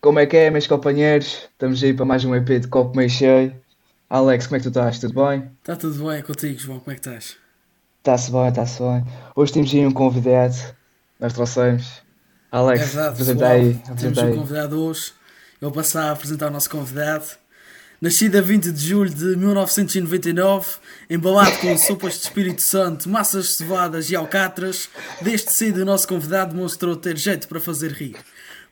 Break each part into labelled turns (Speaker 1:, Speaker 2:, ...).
Speaker 1: Como é que é, meus companheiros? Estamos aí para mais um EP de Copo Meio Cheio. Alex, como é que tu estás? Tudo bem?
Speaker 2: Está Tá tudo bem contigo, João? Como é que estás?
Speaker 1: Está-se bem, está-se bem. Hoje temos aí um convidado. Nós trouxemos. Alex,
Speaker 2: é verdade,
Speaker 1: apresenta
Speaker 2: pessoal.
Speaker 1: aí.
Speaker 2: Temos
Speaker 1: Apresenta
Speaker 2: um
Speaker 1: aí.
Speaker 2: convidado hoje. Eu vou passar a apresentar o nosso convidado. Nascido a 20 de julho de 1999, embalado com sopas de Espírito Santo, massas cevadas e alcatras, desde cedo o nosso convidado demonstrou ter jeito para fazer rir.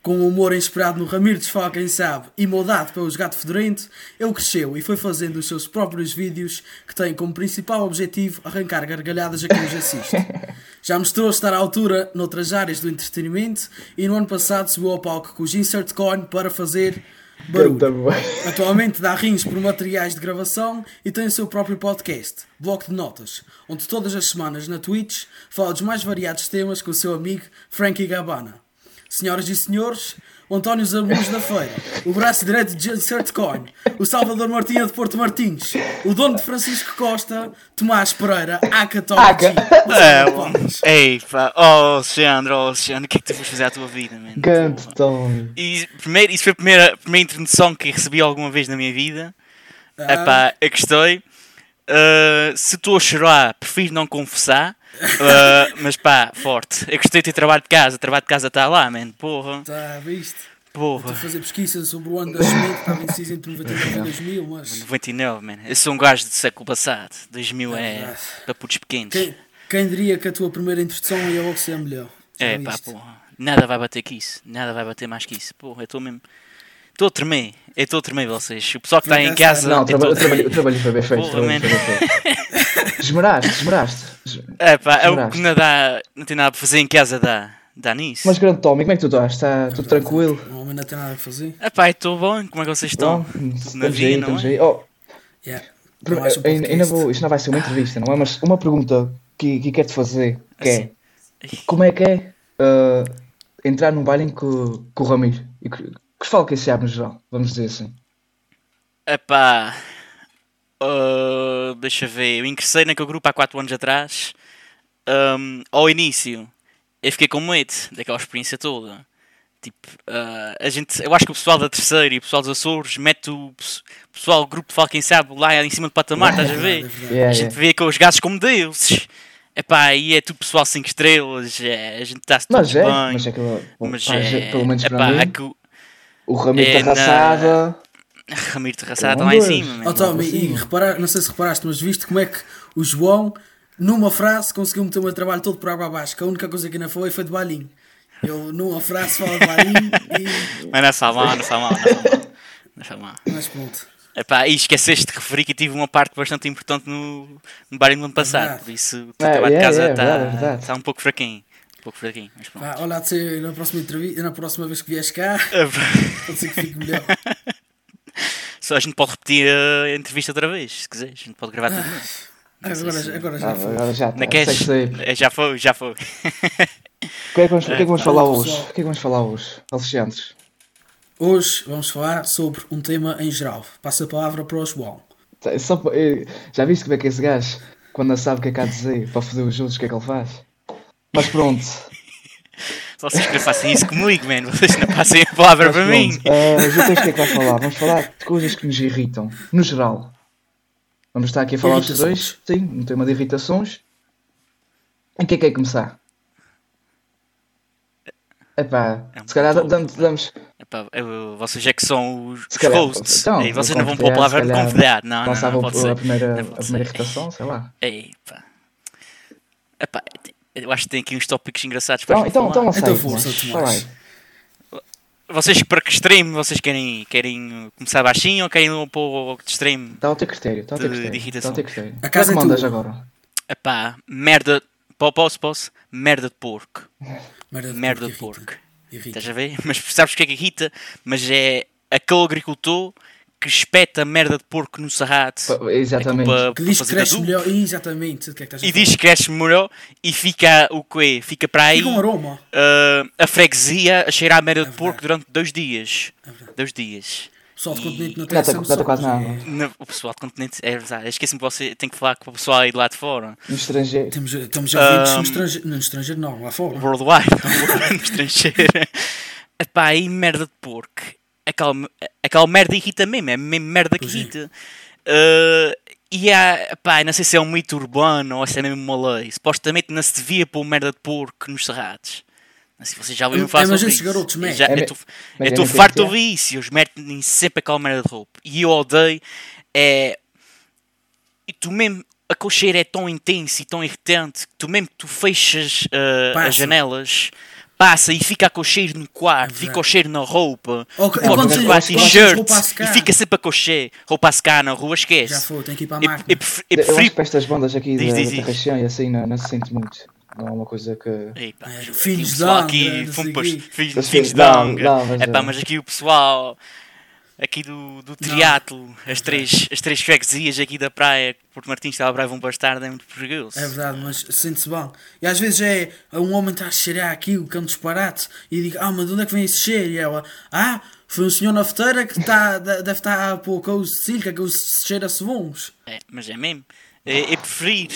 Speaker 2: Com um humor inspirado no Ramiro Desfal, quem sabe, e moldado pelos Gato Fedorento, ele cresceu e foi fazendo os seus próprios vídeos que têm como principal objetivo arrancar gargalhadas a quem os assiste. Já mostrou estar à altura noutras áreas do entretenimento e no ano passado subiu ao palco com os Insert Coin para fazer
Speaker 1: Tá
Speaker 2: barulho.
Speaker 1: bem.
Speaker 2: Atualmente dá rins por materiais de gravação e tem o seu próprio podcast, Bloco de Notas, onde todas as semanas na Twitch fala dos mais variados temas com o seu amigo Frankie Gabana. Senhoras e senhores, o António Zambujo da Feira, o braço direito de Insert Coin, o Salvador Martinha de Porto Martins, o dono de Francisco Costa, Tomás Pereira, Aka Tom
Speaker 1: Aka.
Speaker 2: G. Marcelo Palmas.
Speaker 3: É, ei, pá, oh Alexandre, oh Alexandre, o que é que tu vais fazer à tua vida, mano?
Speaker 1: Grande Tom.
Speaker 3: E primeiro, isso foi a primeira, primeira introdução que recebi alguma vez na minha vida.
Speaker 2: Ah.
Speaker 3: Epá, eu gostei. Ah, se estou a chorar, prefiro não confessar. Ah, mas pá, forte. Eu gostei de ter trabalho de casa, o trabalho de casa está lá, mano. Porra,
Speaker 2: Tá, viste? Estou a
Speaker 3: porra.
Speaker 2: fazer pesquisa sobre o ano de nascimento, estava indeciso entre 99 e 2000, mas
Speaker 3: 99, mano. Eu sou um gajo do século passado. 2000
Speaker 2: É
Speaker 3: é
Speaker 2: verdade.
Speaker 3: para putos pequenos.
Speaker 2: quem, quem diria que a tua primeira introdução ia logo ser a melhor? Já
Speaker 3: É pá,
Speaker 2: viste?
Speaker 3: porra. Nada vai bater que isso. Nada vai bater mais que isso. Porra, eu estou mesmo. Estou a tremer. Eu estou a tremer vocês. O pessoal que está em casa.
Speaker 1: Não,
Speaker 3: eu
Speaker 1: traba-
Speaker 3: tô a
Speaker 1: eu
Speaker 3: tremer.
Speaker 1: trabalhei, eu trabalhei para ver feito.
Speaker 3: Porra,
Speaker 1: trabalhei para ver feito. Esmeraste, esmeraste. Es-
Speaker 3: É pá, é o que
Speaker 1: Juraste.
Speaker 3: não, dá, não tem nada para fazer em casa, dá, dá nisso.
Speaker 1: Mas grande Tom, e como é que tu estás? Está tudo tranquilo?
Speaker 2: O homem não tem nada a fazer.
Speaker 3: É pá, estou bom, como é que vocês estão?
Speaker 1: Bom,
Speaker 3: Tudo na
Speaker 1: estamos aí,
Speaker 3: via, não
Speaker 1: estamos
Speaker 3: é?
Speaker 1: aí. Oh,
Speaker 2: Yeah.
Speaker 1: Pro-
Speaker 2: Então, mais um
Speaker 1: eh, ainda, ainda
Speaker 2: podcast.
Speaker 1: vou, isto não vai ser uma entrevista, não é? Mas uma pergunta que, que quero te fazer que é,
Speaker 3: Assim.
Speaker 1: como é que é ah, entrar num baile com, com o Ramiro? E que, que fala que é esse abre no geral, vamos dizer assim.
Speaker 3: É pá, ah, deixa ver, eu ingressei naquele grupo há 4 anos atrás. Ahm, ao início, eu fiquei com medo daquela experiência toda. Tipo, ah, a gente, eu acho que o pessoal da terceira e o pessoal dos Açores mete o pes- pessoal, o grupo de Fala Quem Sabe lá em cima do patamar, estás a
Speaker 2: É
Speaker 3: ver?
Speaker 2: verdade.
Speaker 1: Yeah,
Speaker 3: A gente vê com os gases como deuses. Epá, e é tudo pessoal 5 estrelas, é, a gente está-se tudo
Speaker 1: Mas é,
Speaker 3: bem.
Speaker 1: mas é aquilo, bom,
Speaker 3: mas
Speaker 1: pá,
Speaker 3: é,
Speaker 1: pelo menos para
Speaker 3: epá,
Speaker 1: mim,
Speaker 3: é que o
Speaker 1: o Ramiro tá
Speaker 3: é
Speaker 1: está
Speaker 3: na-
Speaker 1: raçada.
Speaker 3: Ramiro Terraçada está
Speaker 1: Pelo
Speaker 3: lá em
Speaker 1: amor de
Speaker 3: cima,
Speaker 1: Deus.
Speaker 2: Ó
Speaker 3: mano.
Speaker 2: Tom,
Speaker 1: Não,
Speaker 2: Oh, e, e
Speaker 1: não.
Speaker 2: repara- não sei se reparaste, mas viste como é que o João, numa frase, conseguiu meter o meu trabalho todo por água abaixo, que a única coisa que ainda foi foi de balinho. Eu, numa frase, falo de balinho e.
Speaker 3: Mas não está mal, não está mal, não está mal. Não está mal.
Speaker 2: Mas pronto.
Speaker 3: Epá, e esqueceste de referir que eu tive uma parte bastante importante no, no bar do ano passado,
Speaker 2: verdade.
Speaker 3: por isso o
Speaker 1: É,
Speaker 3: teu trabalho
Speaker 1: é,
Speaker 3: de casa
Speaker 1: é,
Speaker 3: está
Speaker 1: é verdade, é verdade.
Speaker 3: um pouco fraquinho. Um pouco fraquinho, mas pronto.
Speaker 2: Pá, olá, de ser na próxima entrevista, na próxima vez que vieres cá,
Speaker 3: Epá,
Speaker 2: pode ser que fique melhor.
Speaker 3: Só a gente pode repetir a entrevista outra vez, se quiseres. A gente pode gravar tudo. novo.
Speaker 2: Agora, agora
Speaker 1: Ah,
Speaker 2: já foi.
Speaker 1: agora já
Speaker 3: Na
Speaker 1: está, sei que
Speaker 3: queres?
Speaker 1: sei. O
Speaker 3: É, Já foi, já foi.
Speaker 1: que é que vamos, o que é que vamos falar
Speaker 2: Fala,
Speaker 1: hoje?
Speaker 2: pessoal.
Speaker 1: O que é que vamos falar hoje, Alexandre?
Speaker 2: Hoje vamos falar sobre um tema em geral. Passo a palavra para o João.
Speaker 1: Tá, Só, pa- eh, já viste como é que é esse gajo, quando não sabe o que é que há de dizer, para foder os outros, o que é que ele faz? Mas pronto,
Speaker 3: Só vocês que não façam isso comigo, mano. Vocês não passem a palavra
Speaker 1: mas
Speaker 3: É para mim.
Speaker 1: pronto. Eh, mas então o que é que vais falar? Vamos falar de coisas que nos irritam, no geral. Vamos estar aqui a falar os dois,
Speaker 2: Irritações.
Speaker 1: sim, um tema de irritações. Em que é que é começar? Epá,
Speaker 3: É um
Speaker 1: se calhar
Speaker 3: pouco.
Speaker 1: damos, damos
Speaker 3: Epá, eu- vocês é que são os,
Speaker 1: se
Speaker 3: os
Speaker 1: calhar,
Speaker 3: hosts.
Speaker 1: então,
Speaker 3: Ei, vocês
Speaker 1: vou
Speaker 3: não vão pôr
Speaker 1: convidar, se
Speaker 3: a palavra de
Speaker 1: calhar,
Speaker 3: convidado. Não, não, não,
Speaker 1: passava
Speaker 3: pode
Speaker 1: por-
Speaker 3: ser.
Speaker 1: a primeira,
Speaker 3: Não pode
Speaker 1: a primeira
Speaker 3: ser.
Speaker 1: irritação, sei lá.
Speaker 3: Ei, pá. Epá, eu acho que tem aqui uns tópicos engraçados para
Speaker 1: Então,
Speaker 3: a gente
Speaker 1: então, então,
Speaker 3: falar.
Speaker 1: não sei,
Speaker 2: Então força,
Speaker 1: Tomás,
Speaker 2: Tomás.
Speaker 1: vai lá.
Speaker 3: Vocês para que extremo vocês querem, querem começar baixinho ou querem pôr de extremo?
Speaker 1: Está ao teu critério, está ao teu
Speaker 3: De- de
Speaker 1: critério. Está ao
Speaker 3: irritação.
Speaker 1: teu critério.
Speaker 2: A casa
Speaker 1: Onde
Speaker 2: é
Speaker 1: mandas
Speaker 2: tua.
Speaker 1: agora?
Speaker 3: Epá, merda. po- Posso, posso? Merda de porco.
Speaker 2: Merda
Speaker 3: Merda de
Speaker 2: irrita.
Speaker 3: porco.
Speaker 2: Irrita.
Speaker 3: Estás a ver? Mas sabes o que é que irrita? Mas é aquele agricultor que espeta a merda de porco no sarrado.
Speaker 1: Pa- Exatamente.
Speaker 3: É culpa-
Speaker 2: Que diz que
Speaker 3: para fazer
Speaker 2: cresce
Speaker 3: adubo.
Speaker 2: melhor. Exatamente. O que é que estás a
Speaker 3: E
Speaker 2: falar?
Speaker 3: diz que cresce melhor e fica o quê? Fica para aí
Speaker 2: Fica um aroma.
Speaker 3: ah, a freguesia a cheirar a merda de
Speaker 2: verdade.
Speaker 3: porco durante dois dias.
Speaker 2: É verdade.
Speaker 3: Dois dias.
Speaker 2: Pessoal de
Speaker 3: E-
Speaker 2: continente
Speaker 1: Não,
Speaker 2: não tem
Speaker 1: tá-
Speaker 2: essa
Speaker 1: não
Speaker 2: noção.
Speaker 1: tá quase nada.
Speaker 2: É,
Speaker 3: Não, o pessoal de continente, é verdade, eu esqueci-me que você tem que falar com o pessoal aí de lá de fora.
Speaker 1: No estrangeiro.
Speaker 2: Temos, estamos já
Speaker 3: Um,
Speaker 2: vindos no estrangeiro. Não, no estrangeiro não, lá fora.
Speaker 3: Worldwide, no estrangeiro. Epá, aí merda de porco. aquela, aquela merda irrita mesmo, é mesmo merda que
Speaker 2: Pois é.
Speaker 3: irrita. Ah, e há, pá, não sei se é um mito urbano ou se é mesmo uma lei. Supostamente não se devia pôr merda de porco nos cerrados. Não sei se vocês já ouviram
Speaker 2: É,
Speaker 3: falar
Speaker 2: mas
Speaker 3: sobre
Speaker 2: esses
Speaker 3: isso.
Speaker 2: garotos, man.
Speaker 3: Eu já-
Speaker 1: É,
Speaker 3: eu
Speaker 1: mas-
Speaker 3: estou-
Speaker 1: mas
Speaker 3: eu
Speaker 1: é
Speaker 3: estou
Speaker 1: mentira.
Speaker 3: farto de ouvir isso e eles metem sempre aquela merda de roupa. E eu odeio. É, e tu mesmo, aquele cheiro é tão intenso e tão irritante que tu mesmo que tu fechas ah,
Speaker 2: Passa.
Speaker 3: as janelas, passa e fica com o cheiro no quarto,
Speaker 2: É
Speaker 3: fica o cheiro na roupa,
Speaker 2: Ou-
Speaker 3: e
Speaker 2: e
Speaker 1: quando
Speaker 3: podes
Speaker 1: tem-
Speaker 3: levar
Speaker 1: quando tem
Speaker 3: t-shirt
Speaker 2: roupa a secar.
Speaker 3: assim e fica sempre a cocher, roupa a secar na rua, esquece.
Speaker 2: Já foi, tem que ir para a
Speaker 3: Eu-
Speaker 2: máquina.
Speaker 3: eu pref- eu
Speaker 1: Eu acho que
Speaker 3: prefiro.
Speaker 1: para estas bandas aqui
Speaker 3: Diz,
Speaker 1: da,
Speaker 3: diz,
Speaker 1: da
Speaker 3: diz.
Speaker 1: Terraxão e assim não, não se sente muito. Não é uma coisa que.
Speaker 3: Ei, pá,
Speaker 2: É,
Speaker 3: aqui o
Speaker 2: filhos de
Speaker 3: pessoal
Speaker 2: Angra,
Speaker 3: aqui,
Speaker 2: não
Speaker 3: fomos
Speaker 2: sei
Speaker 3: para os
Speaker 2: quê.
Speaker 3: filhos,
Speaker 1: Mas
Speaker 3: filhos
Speaker 1: sim,
Speaker 3: de
Speaker 1: não,
Speaker 3: Angra.
Speaker 1: não, mas
Speaker 3: é pá,
Speaker 1: não.
Speaker 3: mas aqui o pessoal aqui do, do triatlo, as três, as três freguesias aqui da praia, que Porto Martins estava a praia, vão bastardo, é muito perigoso.
Speaker 2: É verdade, mas sente-se bom. E às vezes é um homem está a cheirar aquilo, que é um disparate, e digo, ah, mas de onde é que vem esse cheiro? E ela, ah, foi um senhor na feteira que está, de- deve estar a pôr couve de silca, que cheira-se bons.
Speaker 3: É, mas é mesmo. É, é preferir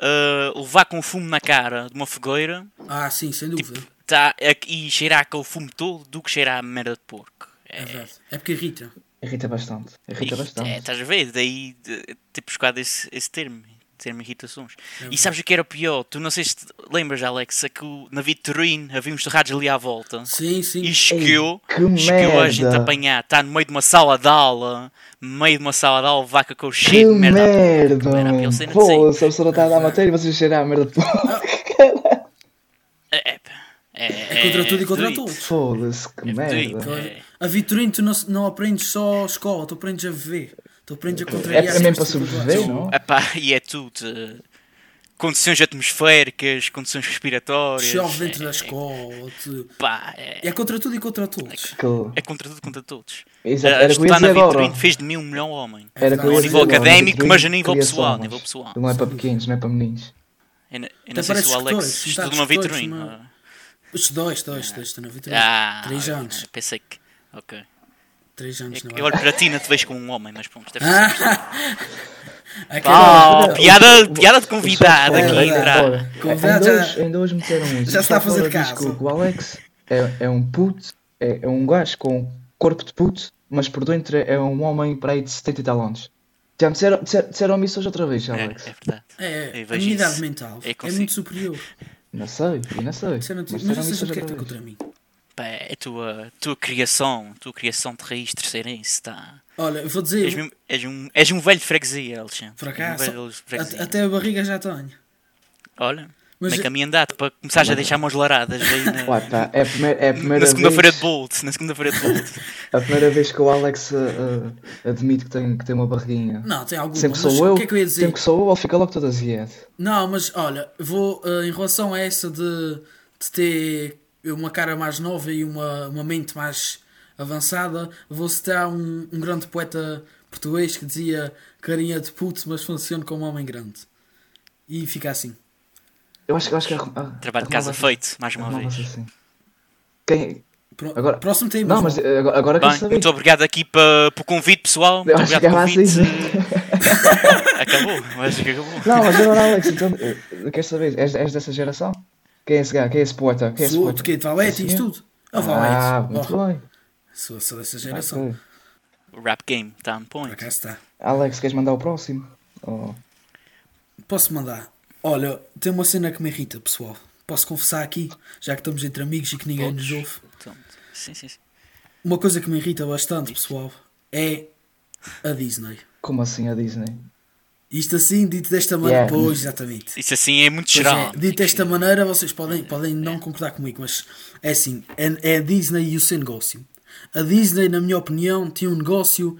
Speaker 3: ah, levar com fumo na cara de uma fogueira
Speaker 2: Ah, sim, sem dúvida.
Speaker 3: tá, é- e cheirar com o fumo todo do que cheirar a merda de porco.
Speaker 2: É
Speaker 3: É,
Speaker 2: verdade. É porque irrita.
Speaker 1: Irrita bastante. Irrita bastante.
Speaker 3: é, estás a ver? Daí de- ter pescado esse, esse termo. Termo
Speaker 1: É
Speaker 3: irritações. e sabes o que era pior? Tu não sei se te lembras, Alex, é que o- na Vitorino havia uns terrados ali à volta.
Speaker 2: Sim, sim.
Speaker 3: E esqueu,
Speaker 1: que
Speaker 3: esqueu a gente
Speaker 1: merda.
Speaker 3: apanhar. Está no meio de uma sala de aula, no meio de uma sala de aula, vaca com
Speaker 1: Que
Speaker 3: cheiro de merda. a
Speaker 1: merda,
Speaker 3: Era a pior
Speaker 1: mano.
Speaker 3: cena de
Speaker 1: Pô, se a pessoa não está a dar matéria e vocês cheiram a merda de
Speaker 3: É, é, pá. é,
Speaker 2: É contra tudo e contra
Speaker 3: doído.
Speaker 2: todos.
Speaker 1: Foda-se, que
Speaker 3: É
Speaker 1: merda.
Speaker 3: doído.
Speaker 2: Olha, A Vitorino, tu não, não aprendes só a escola, tu aprendes a viver. Tu aprendes a
Speaker 1: É,
Speaker 2: contrariar.
Speaker 1: é mesmo para
Speaker 2: certas
Speaker 1: sobreviver,
Speaker 2: situações.
Speaker 1: não?
Speaker 3: Epá, e é tudo. eh, Condições atmosféricas, condições respiratórias.
Speaker 2: Chove dentro
Speaker 3: é,
Speaker 2: da escola. tu-
Speaker 3: pá, é,
Speaker 2: É contra tudo e contra todos.
Speaker 1: Que-
Speaker 3: é contra tudo e contra todos.
Speaker 1: Exato,
Speaker 3: Eh,
Speaker 1: era o que eu ia
Speaker 3: Estudar na
Speaker 1: dizer agora.
Speaker 3: Vitorino fez de mim um melhor homem.
Speaker 1: Era
Speaker 2: Não,
Speaker 1: que eu ia
Speaker 2: a nível
Speaker 1: dizer agora,
Speaker 3: académico,
Speaker 1: Vitorino
Speaker 3: mas a nível
Speaker 1: cria só
Speaker 3: pessoal,
Speaker 1: homens.
Speaker 3: nível pessoal.
Speaker 1: Não é para pequenos, não é para meninos.
Speaker 3: Eu, não- eu
Speaker 2: Até
Speaker 3: não sei se
Speaker 2: parece
Speaker 3: o Alex
Speaker 2: escutores,
Speaker 3: estudou
Speaker 2: metade
Speaker 3: na
Speaker 2: escutores,
Speaker 3: Vitorino.
Speaker 2: não.
Speaker 3: ah.
Speaker 2: Os dois, dois, dois, estou na Vitorino.
Speaker 3: Ah,
Speaker 2: é. Três anos.
Speaker 3: ah, Pensei que. Ok.
Speaker 2: Três anos, não
Speaker 3: Eu
Speaker 2: é?
Speaker 3: olho para ti e não te vejo como um homem, mas pronto. deve ser.
Speaker 2: Ah,
Speaker 3: Ah,
Speaker 2: Aquela-
Speaker 3: piada, piada de
Speaker 1: Os
Speaker 3: convidado
Speaker 1: dois
Speaker 3: aqui.
Speaker 1: fora,
Speaker 2: é,
Speaker 3: entrava.
Speaker 1: fora.
Speaker 2: Convidado
Speaker 1: Em
Speaker 2: já-
Speaker 1: dois- Em dois me disseram isso.
Speaker 2: já
Speaker 1: O
Speaker 2: está a
Speaker 1: pessoal
Speaker 2: fazer
Speaker 1: fora diz
Speaker 2: casa.
Speaker 1: que O o Alex é, é um puto, é, é um gajo com corpo de puto, mas por dentro é um homem para aí de 70 e tal anos. Já me disseram, disseram, disseram isso hoje outra vez,
Speaker 3: É, é
Speaker 1: Alex.
Speaker 3: verdade.
Speaker 2: É,
Speaker 3: Eu
Speaker 2: a
Speaker 3: vejo
Speaker 2: minha idade
Speaker 3: isso.
Speaker 2: mental
Speaker 3: Eu
Speaker 2: é
Speaker 3: consigo.
Speaker 2: muito superior.
Speaker 1: Não sei, eu não sei.
Speaker 2: Isso é muito-
Speaker 1: Mas
Speaker 2: Mas
Speaker 1: disseram
Speaker 2: eu sei
Speaker 1: isso
Speaker 2: porque é
Speaker 1: hoje
Speaker 2: que está
Speaker 1: outra vez.
Speaker 2: contra mim.
Speaker 3: Pá, é a tua, tua criação, tua criação de raiz terceirense, tá?
Speaker 2: Olha, eu vou
Speaker 3: És,
Speaker 2: dizer,
Speaker 3: mesmo- és um, és um velho de freguesia, Alexandre.
Speaker 2: por
Speaker 3: És
Speaker 2: acaso,
Speaker 3: um velho de freguesia.
Speaker 2: at- até a barriga já tenho.
Speaker 3: Olha,
Speaker 2: Mas- é-
Speaker 3: bem caminhandado para começares a deixar umas laradas aí
Speaker 1: Ué,
Speaker 3: na,
Speaker 1: pá, é a primeira, é a primeira
Speaker 3: na segunda-feira de
Speaker 1: vez,
Speaker 3: Bolt. Na segunda-feira de Bolt.
Speaker 1: a primeira vez que o Alex ah, ah, admite que tem, que tem uma barriguinha.
Speaker 2: Não, tem alguma,
Speaker 1: Sempre
Speaker 2: mas
Speaker 1: sou eu,
Speaker 2: o que é que eu ia dizer?
Speaker 1: sempre que sou eu, ele fica logo todo aziado.
Speaker 2: Não, mas olha, vou eh, em relação a essa de, de ter uma cara mais nova e uma, uma mente mais avançada, vou citar um, um grande poeta português que dizia carinha de puto, mas funciona como homem grande. E fica assim.
Speaker 1: Eu acho, eu acho que arrum- ah,
Speaker 3: Trabalho de casa
Speaker 1: arrumava-se-
Speaker 3: feito, mais uma
Speaker 1: arrumava-se
Speaker 3: vez.
Speaker 1: assim. Quem,
Speaker 2: Pro-
Speaker 1: Agora-
Speaker 2: próximo tema.
Speaker 1: Não, mas
Speaker 2: João.
Speaker 1: eh, agora, agora que eu
Speaker 3: Bem, então
Speaker 1: sabia.
Speaker 3: muito obrigado aqui para o convite, pessoal. Muito
Speaker 1: Eu acho
Speaker 3: obrigado
Speaker 1: que é
Speaker 3: pelo
Speaker 1: mais
Speaker 3: convite.
Speaker 1: isso.
Speaker 3: Acabou, eu acho que acabou.
Speaker 1: Não, mas agora, Alex, então, eh, queres saber? És, és dessa geração? Quem é esse gajo? Quem é esse poeta? Quem é esse
Speaker 2: Sou de
Speaker 1: poeta?
Speaker 2: quê? De Valete,
Speaker 1: Sim.
Speaker 2: isso tudo. Ah,
Speaker 1: Ah,
Speaker 2: Valete.
Speaker 1: muito
Speaker 2: Oh,
Speaker 1: bem.
Speaker 2: sou, sou dessa geração.
Speaker 1: Ok.
Speaker 3: O rap game está on point.
Speaker 2: Para cá está.
Speaker 1: Alex, queres mandar o próximo? Oh,
Speaker 2: Posso mandar? Olha, tem uma cena que me irrita, pessoal. Posso confessar aqui, já que estamos entre amigos e que ninguém nos ouve.
Speaker 3: Então, sim, sim, sim.
Speaker 2: Uma coisa que me irrita bastante, pessoal, é a Disney.
Speaker 1: como assim a Disney?
Speaker 2: Isto assim, dito desta maneira.
Speaker 1: Yeah.
Speaker 2: Pois, exatamente.
Speaker 3: Isso assim é muito
Speaker 2: Pois
Speaker 3: geral.
Speaker 2: é, dito desta maneira, vocês podem, podem não concordar comigo, mas é assim: é, é a Disney e o seu negócio. A Disney, na minha opinião, tinha um negócio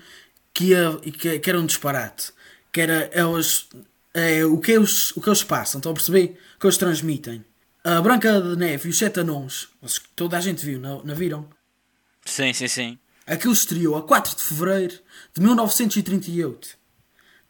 Speaker 2: que, ia- que, que era um disparate. Que era elas. É, o, que eles, o que eles passam, estão a perceber? O que eles transmitem. A Branca de Neve e os Sete Anões, vocês- toda a gente viu, não, não viram?
Speaker 3: Sim, sim, sim.
Speaker 2: Aquilo estreou a 4 de fevereiro de 1938.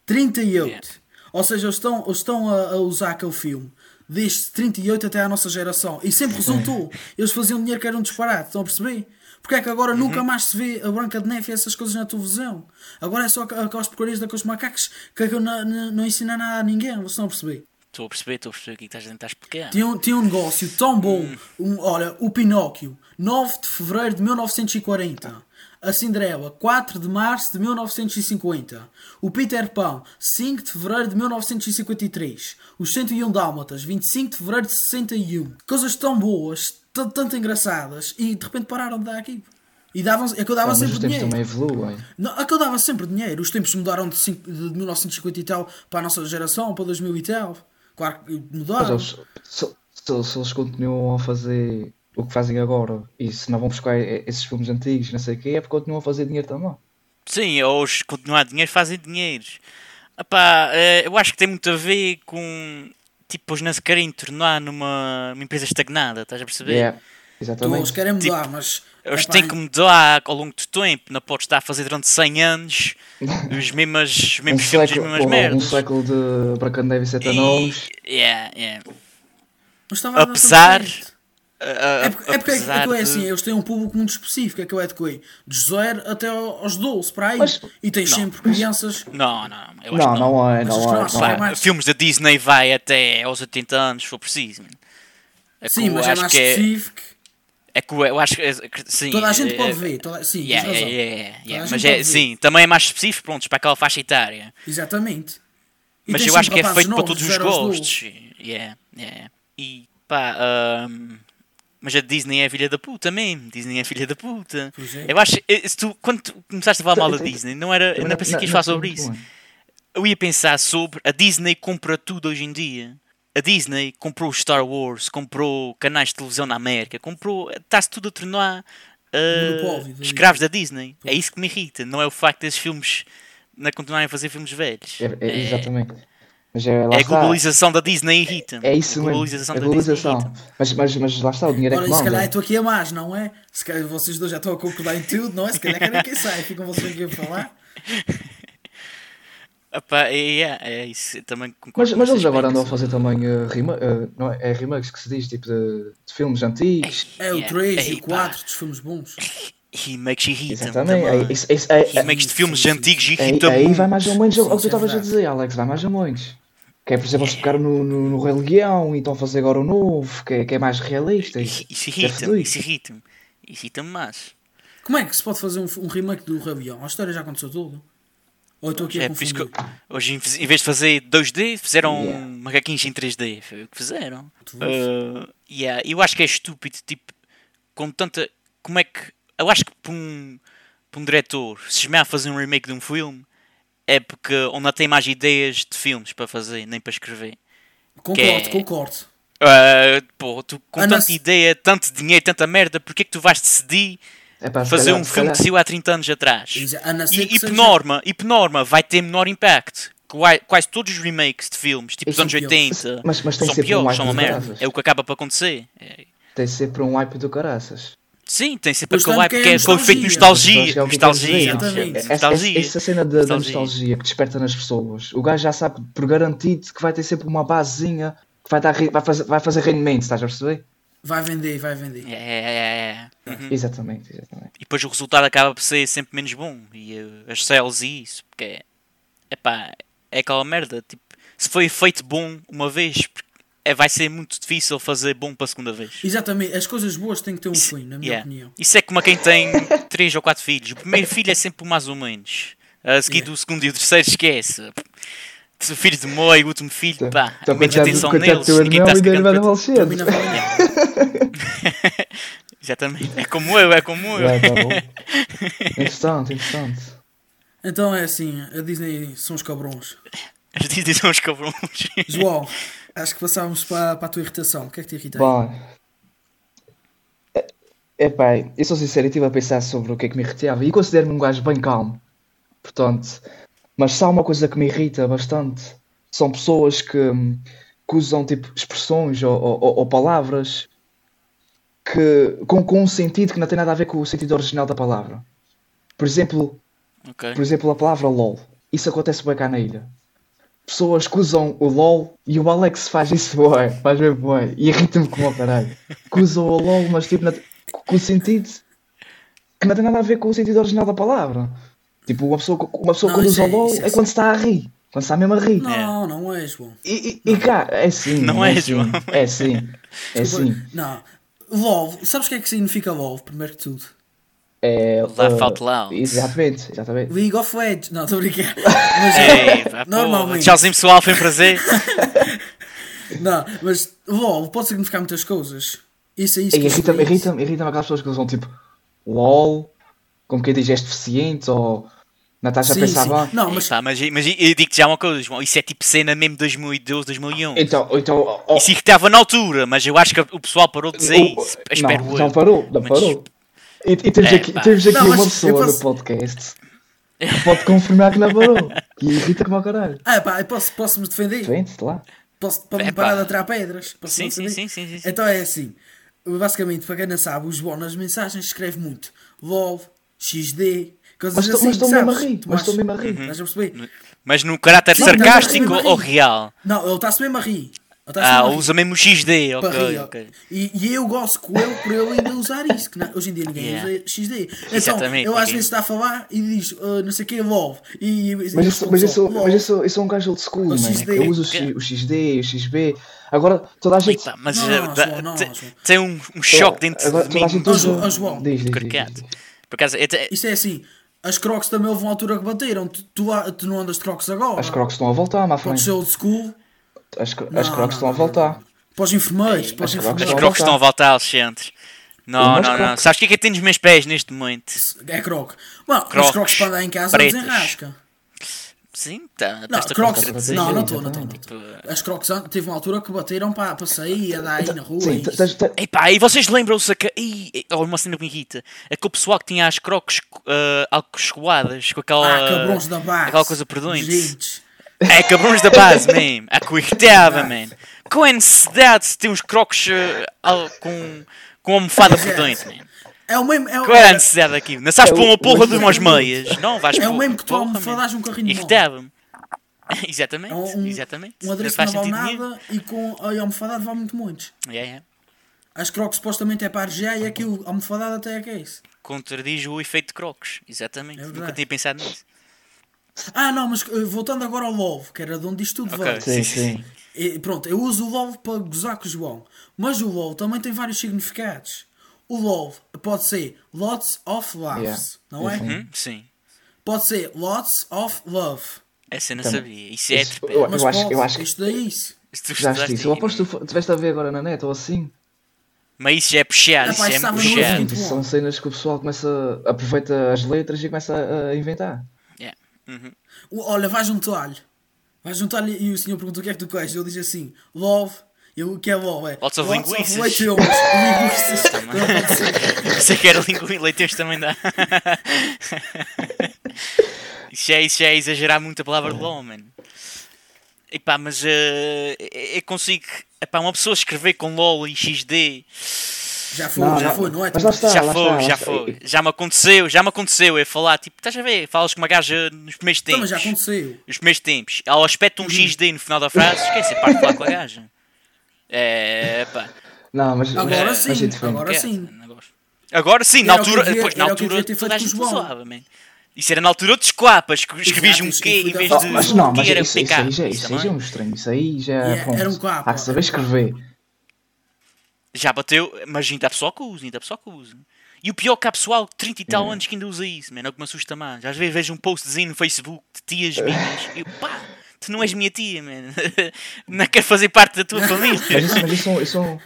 Speaker 2: 38. Ou seja, eles estão, eles estão a, a usar aquele filme desde 38 até à nossa geração. E sempre resultou. Eles faziam dinheiro que era um disparate. Estão a perceber? Porque é que agora nunca mais se vê a Branca de Neve e essas coisas na televisão? Agora é só aqu- aquelas porcarias daqueles macacos que aquilo na- na- não ensina nada a ninguém. Vocês estão a perceber?
Speaker 3: Estou a perceber, estou a perceber o que estás a tentar explicar.
Speaker 2: Tinha um, tinha um negócio tão bom. Um, olha, o Pinóquio, 9 de fevereiro de 1940. A Cinderela, 4 de março de 1950. O Peter Pan, 5 de fevereiro de 1953. Os 101 Dálmatas, 25 de fevereiro de 61. Coisas tão boas, t- tanto engraçadas, e de repente pararam de dar aqui. E davam, é que eu dava
Speaker 1: Ah, Mas
Speaker 2: sempre
Speaker 1: os tempos
Speaker 2: dinheiro.
Speaker 1: também evoluem.
Speaker 2: Não, é que eu dava sempre dinheiro. Os tempos mudaram de, cinco- de 1950 e tal para a nossa geração, para 2000 e tal. Claro que
Speaker 1: Mas
Speaker 2: mudaram.
Speaker 1: eles, se, se- se eles continuam a fazer o que fazem agora e se não vão buscar e- esses filmes antigos, não sei o quê, é porque continuam a fazer dinheiro também.
Speaker 3: Sim, ou os continuar dinheiro fazem dinheiro. Epá, eh, eu acho que tem muito a ver com tipo os não se querem tornar numa, numa empresa estagnada, estás a perceber?
Speaker 1: Yeah,
Speaker 2: Então, eles
Speaker 1: exatamente.
Speaker 2: querem mudar, mas.
Speaker 3: Eles
Speaker 2: epá,
Speaker 3: têm tipo, que mudar ao longo do tempo, não podes estar a fazer durante 100 anos os mesmos, os
Speaker 1: Um
Speaker 3: mesmos filmes, as
Speaker 1: século,
Speaker 3: mesmas
Speaker 1: ou um
Speaker 3: merdas.
Speaker 1: século de Bracken Davis
Speaker 3: E-
Speaker 1: Etanomes.
Speaker 3: yeah, yeah.
Speaker 2: mas estava a dar
Speaker 3: apesar-
Speaker 2: tudo certo.
Speaker 3: A- a-
Speaker 2: É porque, é, porque é, que- é,
Speaker 3: apesar
Speaker 2: que é
Speaker 3: de-
Speaker 2: assim, eles têm um público muito específico, é que eu é de coi. De 0 até ao- aos 12, para aí.
Speaker 1: Mas-
Speaker 2: e tens sempre crianças.
Speaker 3: Não, não, eu acho
Speaker 1: Não,
Speaker 3: que
Speaker 1: não é,
Speaker 2: Mas
Speaker 1: não
Speaker 2: os
Speaker 1: é.
Speaker 2: nossos
Speaker 1: não é.
Speaker 2: vai mais-
Speaker 3: Filmes da Disney vai até aos 80 anos, se for preciso. mano. É que
Speaker 2: Sim,
Speaker 3: eu
Speaker 2: mas é
Speaker 3: acho
Speaker 2: mais
Speaker 3: que é-
Speaker 2: específico.
Speaker 3: É que eu acho que. é- que- Sim,
Speaker 2: Toda a gente
Speaker 3: é-
Speaker 2: pode ver. Toda, sim, tens
Speaker 3: Yeah, yeah,
Speaker 2: razão.
Speaker 3: yeah,
Speaker 2: Toda
Speaker 3: yeah,
Speaker 2: a gente
Speaker 3: Mas
Speaker 2: pode
Speaker 3: é,
Speaker 2: ver.
Speaker 3: sim, também é mais específico, pronto, para aquela faixa etária.
Speaker 2: Exatamente. E
Speaker 3: Mas
Speaker 2: tens
Speaker 3: eu acho que
Speaker 2: sempre
Speaker 3: é
Speaker 2: rapazes
Speaker 3: feito para
Speaker 2: novos,
Speaker 3: todos
Speaker 2: de
Speaker 3: os
Speaker 2: 0 aos 12.
Speaker 3: gostos. Yeah, yeah. E pá, ahm, mas a Disney é filha da puta mesmo. Disney é filha da puta.
Speaker 2: Pois é.
Speaker 3: Eu acho. eh, Se tu, quando tu começaste a falar mal da
Speaker 1: Eu- eu-
Speaker 3: Disney, não era. Então, Eu não pensei que ias falar sobre isso.
Speaker 1: É,
Speaker 3: Eu ia pensar sobre a Disney compra tudo hoje em dia. A Disney comprou Star Wars, comprou canais de televisão na América, comprou. Está-se tudo a tornar eh,
Speaker 2: Monopólio da
Speaker 3: escravos da Disney. É isso que me irrita, não é o facto desses filmes não continuarem a fazer filmes velhos.
Speaker 1: É, é, exatamente. Mas é, lá
Speaker 3: É a
Speaker 1: está.
Speaker 3: globalização da Disney irrita.
Speaker 1: É isso
Speaker 3: a
Speaker 1: mesmo.
Speaker 3: globalização
Speaker 1: É
Speaker 3: da Disney
Speaker 1: globalização.
Speaker 3: irrita.
Speaker 1: Mas, mas, mas lá está, o dinheiro é
Speaker 2: Ora,
Speaker 1: que
Speaker 2: e se calhar
Speaker 1: manda.
Speaker 2: estou aqui a mais, não é? Se calhar vocês dois já estão a concordar em tudo, não é? Se calhar querem que saia, ficam vocês aqui a falar.
Speaker 3: Epá, é, é, é isso, eu também concordo
Speaker 2: é
Speaker 1: Mas, mas
Speaker 3: com
Speaker 1: eles
Speaker 3: esse
Speaker 1: agora
Speaker 3: aspecto.
Speaker 1: andam a fazer também eh, rema, eh, não é, é remakes que se diz, tipo de, de filmes antigos.
Speaker 2: É o
Speaker 3: Yeah.
Speaker 2: 3 e
Speaker 3: Ei,
Speaker 2: o
Speaker 3: pá,
Speaker 2: 4 dos filmes bons.
Speaker 3: Remakes irritam.
Speaker 1: Exatamente.
Speaker 3: também.
Speaker 1: É, isso- isso- é- é-
Speaker 3: Remakes de filmes
Speaker 2: Sim, sim,
Speaker 3: antigos
Speaker 1: Aí,
Speaker 3: irritam.
Speaker 1: aí
Speaker 3: muito.
Speaker 1: vai mais um ou menos ao ao que tu
Speaker 2: Sim, isso é
Speaker 1: estavas a
Speaker 2: verdade.
Speaker 1: dizer, Alex, vai mais ou menos. Que é, por exemplo, eles pegaram no, no, no Rei Leão e estão a fazer agora o novo, que é, que é mais realista.
Speaker 3: Isso
Speaker 1: Isso, deve
Speaker 3: irrita-me,
Speaker 1: doer.
Speaker 3: isso irrita-me. Irrita-me mais.
Speaker 2: Como é que se pode fazer um, um remake do Rei Leão? A história já aconteceu tudo. Ou eu estou aqui a
Speaker 3: É por isso que
Speaker 2: confundir?
Speaker 3: eu- hoje, em vez- em vez de fazer 2D, fizeram
Speaker 1: Yeah.
Speaker 3: macaquinhos em 3D. Foi o que fizeram.
Speaker 2: Tu
Speaker 3: Uh, yeah, Eu acho que é estúpido, tipo, com tanta. Como é que. Eu acho que para um, para um diretor se esmear a fazer um remake de um filme é porque ele não tem mais ideias de filmes para fazer, nem para escrever.
Speaker 2: Concordo,
Speaker 3: que é-
Speaker 2: concordo.
Speaker 3: Uh, pô, tu com
Speaker 2: Ah, não
Speaker 3: tanta
Speaker 2: se-
Speaker 3: ideia, tanto dinheiro, tanta merda, porque é que tu vais decidir
Speaker 1: É pá, se
Speaker 3: fazer
Speaker 1: calhar-
Speaker 3: um
Speaker 1: se
Speaker 3: filme
Speaker 1: calhar-
Speaker 3: que saiu há 30 anos atrás.
Speaker 2: Exa- A não ser
Speaker 3: E,
Speaker 2: que
Speaker 3: e
Speaker 2: seja-
Speaker 3: por norma, e por norma, vai ter menor impacto. Quai- Quase todos os remakes de filmes, tipo dos
Speaker 2: são
Speaker 3: anos
Speaker 2: piores.
Speaker 3: 80,
Speaker 1: Mas- mas tem
Speaker 3: são
Speaker 1: sempre um
Speaker 3: piores,
Speaker 1: mais
Speaker 3: são uma merda.
Speaker 1: desgraças.
Speaker 3: É o que acaba para acontecer. É.
Speaker 1: Tem sempre um hype do caraças.
Speaker 3: Sim, tem sempre
Speaker 2: Pois
Speaker 3: aquele
Speaker 2: sabe
Speaker 3: hype
Speaker 2: que
Speaker 3: que
Speaker 2: é
Speaker 3: é aquele efeito
Speaker 2: nostalgia.
Speaker 1: Nostalgia é
Speaker 3: nostalgia.
Speaker 1: o que
Speaker 3: Nostalgia,
Speaker 1: queres dizer.
Speaker 2: Exatamente.
Speaker 3: nostalgia.
Speaker 1: Essa, essa- essa cena da, da nostalgia que desperta nas pessoas, o gajo já sabe por garantido que vai ter sempre uma basezinha que vai, dar, re- vai, fazer, vai fazer rendimento, estás a perceber?
Speaker 2: Vai vender, vai vender.
Speaker 3: É, é, é, é.
Speaker 1: Exatamente, exatamente.
Speaker 3: E depois o resultado acaba por ser sempre menos bom. E uh, as cells e isso, porque é. Epá, é aquela merda. Tipo, se foi feito bom uma vez, porque é, vai ser muito difícil fazer bom para a segunda vez.
Speaker 2: Exatamente, as coisas boas têm que ter um
Speaker 3: Isso-
Speaker 2: fim, na minha
Speaker 3: yeah.
Speaker 2: opinião.
Speaker 3: Isso é como a quem tem 3 ou 4 filhos. O primeiro filho é sempre o mais ou menos. A seguir do segundo e o terceiro esquece. O filho de meio, o último filho, pá,
Speaker 1: Então,
Speaker 3: menos
Speaker 1: coitado-
Speaker 3: atenção
Speaker 1: coitado
Speaker 3: neles.
Speaker 1: do teu
Speaker 3: Ninguém tá está
Speaker 1: irmão e da irmã do
Speaker 3: a
Speaker 1: Alexandre.
Speaker 2: Termina bem.
Speaker 3: Exatamente. É como eu, é como eu.
Speaker 1: É, tá bom. Interessante, interessante.
Speaker 2: Então é assim, a Disney são os cabrões.
Speaker 3: As dizem são os cabrões.
Speaker 2: João, acho que passávamos para, para a tua irritação. O que é que te irrita? aí?
Speaker 1: Bom. É, Epá, eu sou sincero, eu estive a pensar sobre o que é que me irritava e considero-me um gajo bem calmo. Portanto, mas se há uma coisa que me irrita bastante, são pessoas que, hum, que usam tipo expressões ou, ou- ou palavras que, com, com um sentido que não tem nada a ver com o sentido original da palavra. Por exemplo,
Speaker 3: ok.
Speaker 1: por exemplo, a palavra LOL. Isso acontece bem cá na ilha. Pessoas que usam o LOL e o Alex faz isso bem, faz bem bem. E irrita-me como o caralho. Que usam o LOL, mas tipo, na- com o sentido que não tem nada a ver com o sentido original da palavra. Tipo, uma pessoa, uma pessoa
Speaker 2: Não,
Speaker 1: quando usa
Speaker 2: isso é-
Speaker 1: o LOL
Speaker 2: isso é
Speaker 1: é quando está a rir. Começa mesmo a rir.
Speaker 2: Não, não é, João.
Speaker 1: E, e, e cá, é sim.
Speaker 3: Não é,
Speaker 1: sim,
Speaker 3: João.
Speaker 1: É sim. É sim.
Speaker 2: Não. LOL, sabes o que é que significa LOL, primeiro que tudo?
Speaker 1: É,
Speaker 3: Laugh out
Speaker 1: uh,
Speaker 3: loud.
Speaker 1: Exatamente, exatamente.
Speaker 2: League of Legends. Não, estou a brincar. Mas, é,
Speaker 3: Ei,
Speaker 1: é.
Speaker 3: pá, porra.
Speaker 2: Normalmente.
Speaker 3: Tchauzinho pessoal, foi um prazer.
Speaker 2: Não, mas LOL pode significar muitas coisas. Isso é isso.
Speaker 1: E
Speaker 2: que eu
Speaker 1: irrita-me,
Speaker 2: sei.
Speaker 1: irrita-me, irrita-me aquelas pessoas que usam tipo LOL, como quem diz, és deficiente ou Natasha
Speaker 2: Sim, sim.
Speaker 1: pensava.
Speaker 2: Não, mas
Speaker 3: Pá, mas, mas eu digo-te já uma coisa, João. Isso é tipo cena mesmo 2012, 2011.
Speaker 1: Então, então, ó, ó,
Speaker 3: Isso irritava na altura, mas eu acho que o pessoal parou de dizer
Speaker 1: o-
Speaker 3: isso. Espero
Speaker 1: não,
Speaker 3: eu.
Speaker 1: não parou, não
Speaker 3: Mas-
Speaker 1: parou. E, e temos
Speaker 3: É,
Speaker 1: aqui,
Speaker 3: pá.
Speaker 1: temos aqui
Speaker 2: Não,
Speaker 1: uma
Speaker 2: mas eu
Speaker 1: pessoa
Speaker 2: posso-
Speaker 1: no podcast que pode confirmar que não parou. E irrita como ao caralho.
Speaker 2: Ah, pá, eu posso, posso me defender?
Speaker 1: Doente, lá.
Speaker 2: Posso, para me
Speaker 3: Epá.
Speaker 2: parar de atirar pedras? Posso
Speaker 3: Sim,
Speaker 2: me
Speaker 3: sim,
Speaker 2: defender?
Speaker 3: sim, sim, sim, sim.
Speaker 2: Então é assim. Basicamente, para quem não sabe, o João nas mensagens escreve muito LOL, XD, coisas
Speaker 1: Mas estou-
Speaker 2: assim.
Speaker 1: mas estou mesmo a
Speaker 2: sabes?
Speaker 1: rir,
Speaker 2: Tu
Speaker 1: mas estou
Speaker 2: achas-
Speaker 1: mesmo a
Speaker 3: Uhum.
Speaker 1: rir.
Speaker 2: Estás a perceber?
Speaker 3: Mas no caráter
Speaker 2: Não,
Speaker 3: sarcástico
Speaker 2: não, não, não.
Speaker 3: ou real?
Speaker 2: Não, ele está-se mesmo a rir. Ele está-se
Speaker 3: Ah,
Speaker 2: mesmo a rir.
Speaker 3: usa mesmo o XD,
Speaker 2: Para
Speaker 3: ok,
Speaker 2: rir,
Speaker 3: ok.
Speaker 2: E, e eu gosto com ele por ele ainda usar isso, que na- hoje em dia ninguém
Speaker 3: Yeah.
Speaker 2: usa XD. Então,
Speaker 3: Exatamente,
Speaker 2: eu às
Speaker 3: ninguém
Speaker 2: vezes
Speaker 3: usa.
Speaker 2: está a falar e diz ah, não sei o que, LOL. E, e, e-
Speaker 1: Mas
Speaker 2: e-
Speaker 1: eu sou, mas eu sou,
Speaker 2: LOL.
Speaker 1: mas eu sou, eu sou um gajo old school,
Speaker 2: O
Speaker 1: man.
Speaker 2: XD.
Speaker 1: Eu uso o, X, o XD, o XB. Agora toda a gente.
Speaker 3: Epa, mas
Speaker 2: Não,
Speaker 3: eh,
Speaker 2: não,
Speaker 3: dá-
Speaker 2: João, não,
Speaker 3: te-
Speaker 2: João.
Speaker 3: tem um, um choque dentro
Speaker 1: agora
Speaker 3: de
Speaker 1: toda a
Speaker 3: mim
Speaker 1: gente
Speaker 2: Ó,
Speaker 1: usa-
Speaker 2: João, ó, João.
Speaker 1: Diz, diz, diz,
Speaker 3: carcate.
Speaker 1: diz.
Speaker 3: Por acaso, eu te-
Speaker 2: Isto é assim, as crocs também houve uma altura que bateram. Tu, tu, há- tu não andas de crocs agora.
Speaker 1: As crocs estão a voltar, má
Speaker 2: Podes
Speaker 1: frente.
Speaker 2: ser old school.
Speaker 1: As, cro-
Speaker 2: Não,
Speaker 1: as
Speaker 2: não,
Speaker 1: crocs estão a
Speaker 2: não, não,
Speaker 1: voltar.
Speaker 2: não. Para os enfermeiros, para
Speaker 1: as crocs
Speaker 2: os
Speaker 3: os
Speaker 1: Estão a
Speaker 2: enfermeiros.
Speaker 3: crocs
Speaker 1: voltar.
Speaker 3: estão a voltar aos centros.
Speaker 1: Os
Speaker 3: Não,
Speaker 1: meus
Speaker 3: não, não.
Speaker 1: crocs.
Speaker 3: Sabes o que é que eu tenho nos meus pés neste momento?
Speaker 2: É croc. Bom, os
Speaker 3: Crocs
Speaker 2: crocs para andar em casa
Speaker 3: pretos.
Speaker 2: não desenrasca.
Speaker 3: Sim, tá,
Speaker 2: Não,
Speaker 3: estás-te a
Speaker 2: crocs.
Speaker 3: contradizer.
Speaker 2: Não, não
Speaker 1: Exatamente.
Speaker 2: estou, não estou. não
Speaker 3: Tipo,
Speaker 2: estou. As crocs an- teve uma altura que bateram para, para sair e andar aí na rua.
Speaker 1: Então, Sim,
Speaker 2: e isso.
Speaker 1: tens- tens-
Speaker 3: Epá, e vocês lembram-se que. Ih, olha uma cena que me irrita. É que o pessoal que tinha as crocs uh, alcochoadas com aquela.
Speaker 2: Ah, cabrões da base.
Speaker 3: Aquela coisa perdoente.
Speaker 2: Gente.
Speaker 3: É, cabrões da base mesmo. A que eu irritava, man. Com a necessidade de ter uns crocs eh, al- com, com almofada fedonte, man.
Speaker 2: É o mesmo. É, o-
Speaker 3: Qual era a necessidade aqui? Não sabes
Speaker 1: É
Speaker 3: pôr
Speaker 1: o-
Speaker 3: uma porra de
Speaker 1: o-
Speaker 3: umas meias? Não, vais
Speaker 2: é o
Speaker 3: pôr,
Speaker 2: mesmo que tu
Speaker 3: porra,
Speaker 2: almofadás um carrinho de mão.
Speaker 3: Irritava-me. exatamente,
Speaker 2: é um,
Speaker 3: exatamente.
Speaker 2: um adereço que
Speaker 3: faz
Speaker 2: não vale
Speaker 3: sentido nenhum.
Speaker 2: nada e com a almofadada vale muito muitos.
Speaker 3: Yeah, yeah.
Speaker 2: As crocs supostamente é para argear e aquilo, a almofadada até é que é isso.
Speaker 3: Contradiz o efeito de crocs. Exatamente.
Speaker 2: É
Speaker 3: Nunca
Speaker 2: verdade.
Speaker 3: tinha pensado nisso.
Speaker 2: Ah, não, mas eh, voltando agora ao LOL, que era de onde isto tudo
Speaker 3: Ok.
Speaker 2: veio.
Speaker 1: Sim,
Speaker 3: Sim,
Speaker 1: sim.
Speaker 3: sim.
Speaker 2: E, pronto, eu uso o LOL para gozar com o João. Mas o LOL também tem vários significados. O LOL pode ser lots of laughs,
Speaker 1: Yeah. Uhum.
Speaker 2: não é?
Speaker 3: Hum? Sim.
Speaker 2: Pode ser lots of love.
Speaker 3: Essa eu não
Speaker 1: Também.
Speaker 3: sabia. Isso é
Speaker 1: Isso-
Speaker 3: trepé.
Speaker 1: Eu
Speaker 2: Mas
Speaker 1: acho-
Speaker 2: pode,
Speaker 1: eu acho que-
Speaker 2: isto é isso.
Speaker 3: Se tu
Speaker 1: Já
Speaker 3: estudaste
Speaker 1: acho isso. Eu
Speaker 3: aí,
Speaker 1: aposto que tu estiveste a ver agora na net ou assim.
Speaker 3: Mas isso já é puxado,
Speaker 2: Rapaz,
Speaker 3: isso é
Speaker 2: estava no
Speaker 3: puxado.
Speaker 2: ouvido.
Speaker 1: Portanto, São cenas que o pessoal começa aproveita as letras e começa a- a inventar.
Speaker 3: Yeah. Uhum.
Speaker 2: O- Olha, vais um toalho. Vais um toalho e o senhor perguntou o que é que tu queres. Ele diz assim, love. Eu, o que é love? É,
Speaker 3: Lots of linguiças."
Speaker 2: leitões. Linguiças. Então, pode ser.
Speaker 3: Isso é que era língua e leitões também dá. isso, é, isso já é exagerar muito a palavra do homem. Epá, mas eh, eu consigo. Epá, uma pessoa escrever com LOL e XD
Speaker 2: Já foi, já foi, não é?
Speaker 1: Mas lá está,
Speaker 3: já
Speaker 1: lá
Speaker 3: foi,
Speaker 1: está, lá
Speaker 3: já
Speaker 1: está.
Speaker 3: foi. Já me aconteceu, já me aconteceu. Eu falar, tipo, estás a ver? Falas com uma gaja nos primeiros
Speaker 2: Não,
Speaker 3: tempos.
Speaker 2: Então, mas já aconteceu. Uhum.
Speaker 3: Os primeiros tempos. Ela espeta um XD no final da frase, esquece, é parte de falar com a gaja. É, pá.
Speaker 1: Não, mas
Speaker 2: Agora
Speaker 1: mas-
Speaker 2: sim,
Speaker 1: mas é diferente.
Speaker 2: agora-
Speaker 3: Quer,
Speaker 2: sim.
Speaker 3: não gosto. Agora sim, na
Speaker 2: Era o que
Speaker 3: altura.
Speaker 2: devia-
Speaker 3: depois, na
Speaker 2: era o que devia
Speaker 3: altura,
Speaker 2: ter feito
Speaker 3: toda a
Speaker 2: com o
Speaker 3: gente
Speaker 2: João.
Speaker 3: zoava, man. Isso era na altura dos quapas, que escrevias um
Speaker 2: isso-
Speaker 3: quê
Speaker 2: isso
Speaker 3: em
Speaker 2: foi
Speaker 3: vez
Speaker 2: da-
Speaker 1: Oh,
Speaker 3: de.
Speaker 1: mas
Speaker 3: um
Speaker 1: não, mas
Speaker 3: quê era
Speaker 1: isso, isso aí já,
Speaker 3: PK.
Speaker 1: isso aí já é
Speaker 3: também.
Speaker 1: um estranho. Isso aí já.
Speaker 2: Yeah,
Speaker 1: pronto,
Speaker 2: era um capa.
Speaker 1: Há que saber escrever. um-
Speaker 3: Já bateu, mas ainda há pessoal que usa, ainda há pessoal que usa. E o pior é que há pessoal de 30 e tal anos que ainda usa isso, man, é o que me assusta mais. Às vezes vejo um postzinho no Facebook de tias minhas e eu, pá, tu não és minha tia, man. não quero fazer parte da tua
Speaker 1: Mas
Speaker 3: família.
Speaker 1: isso, mas isso, isso,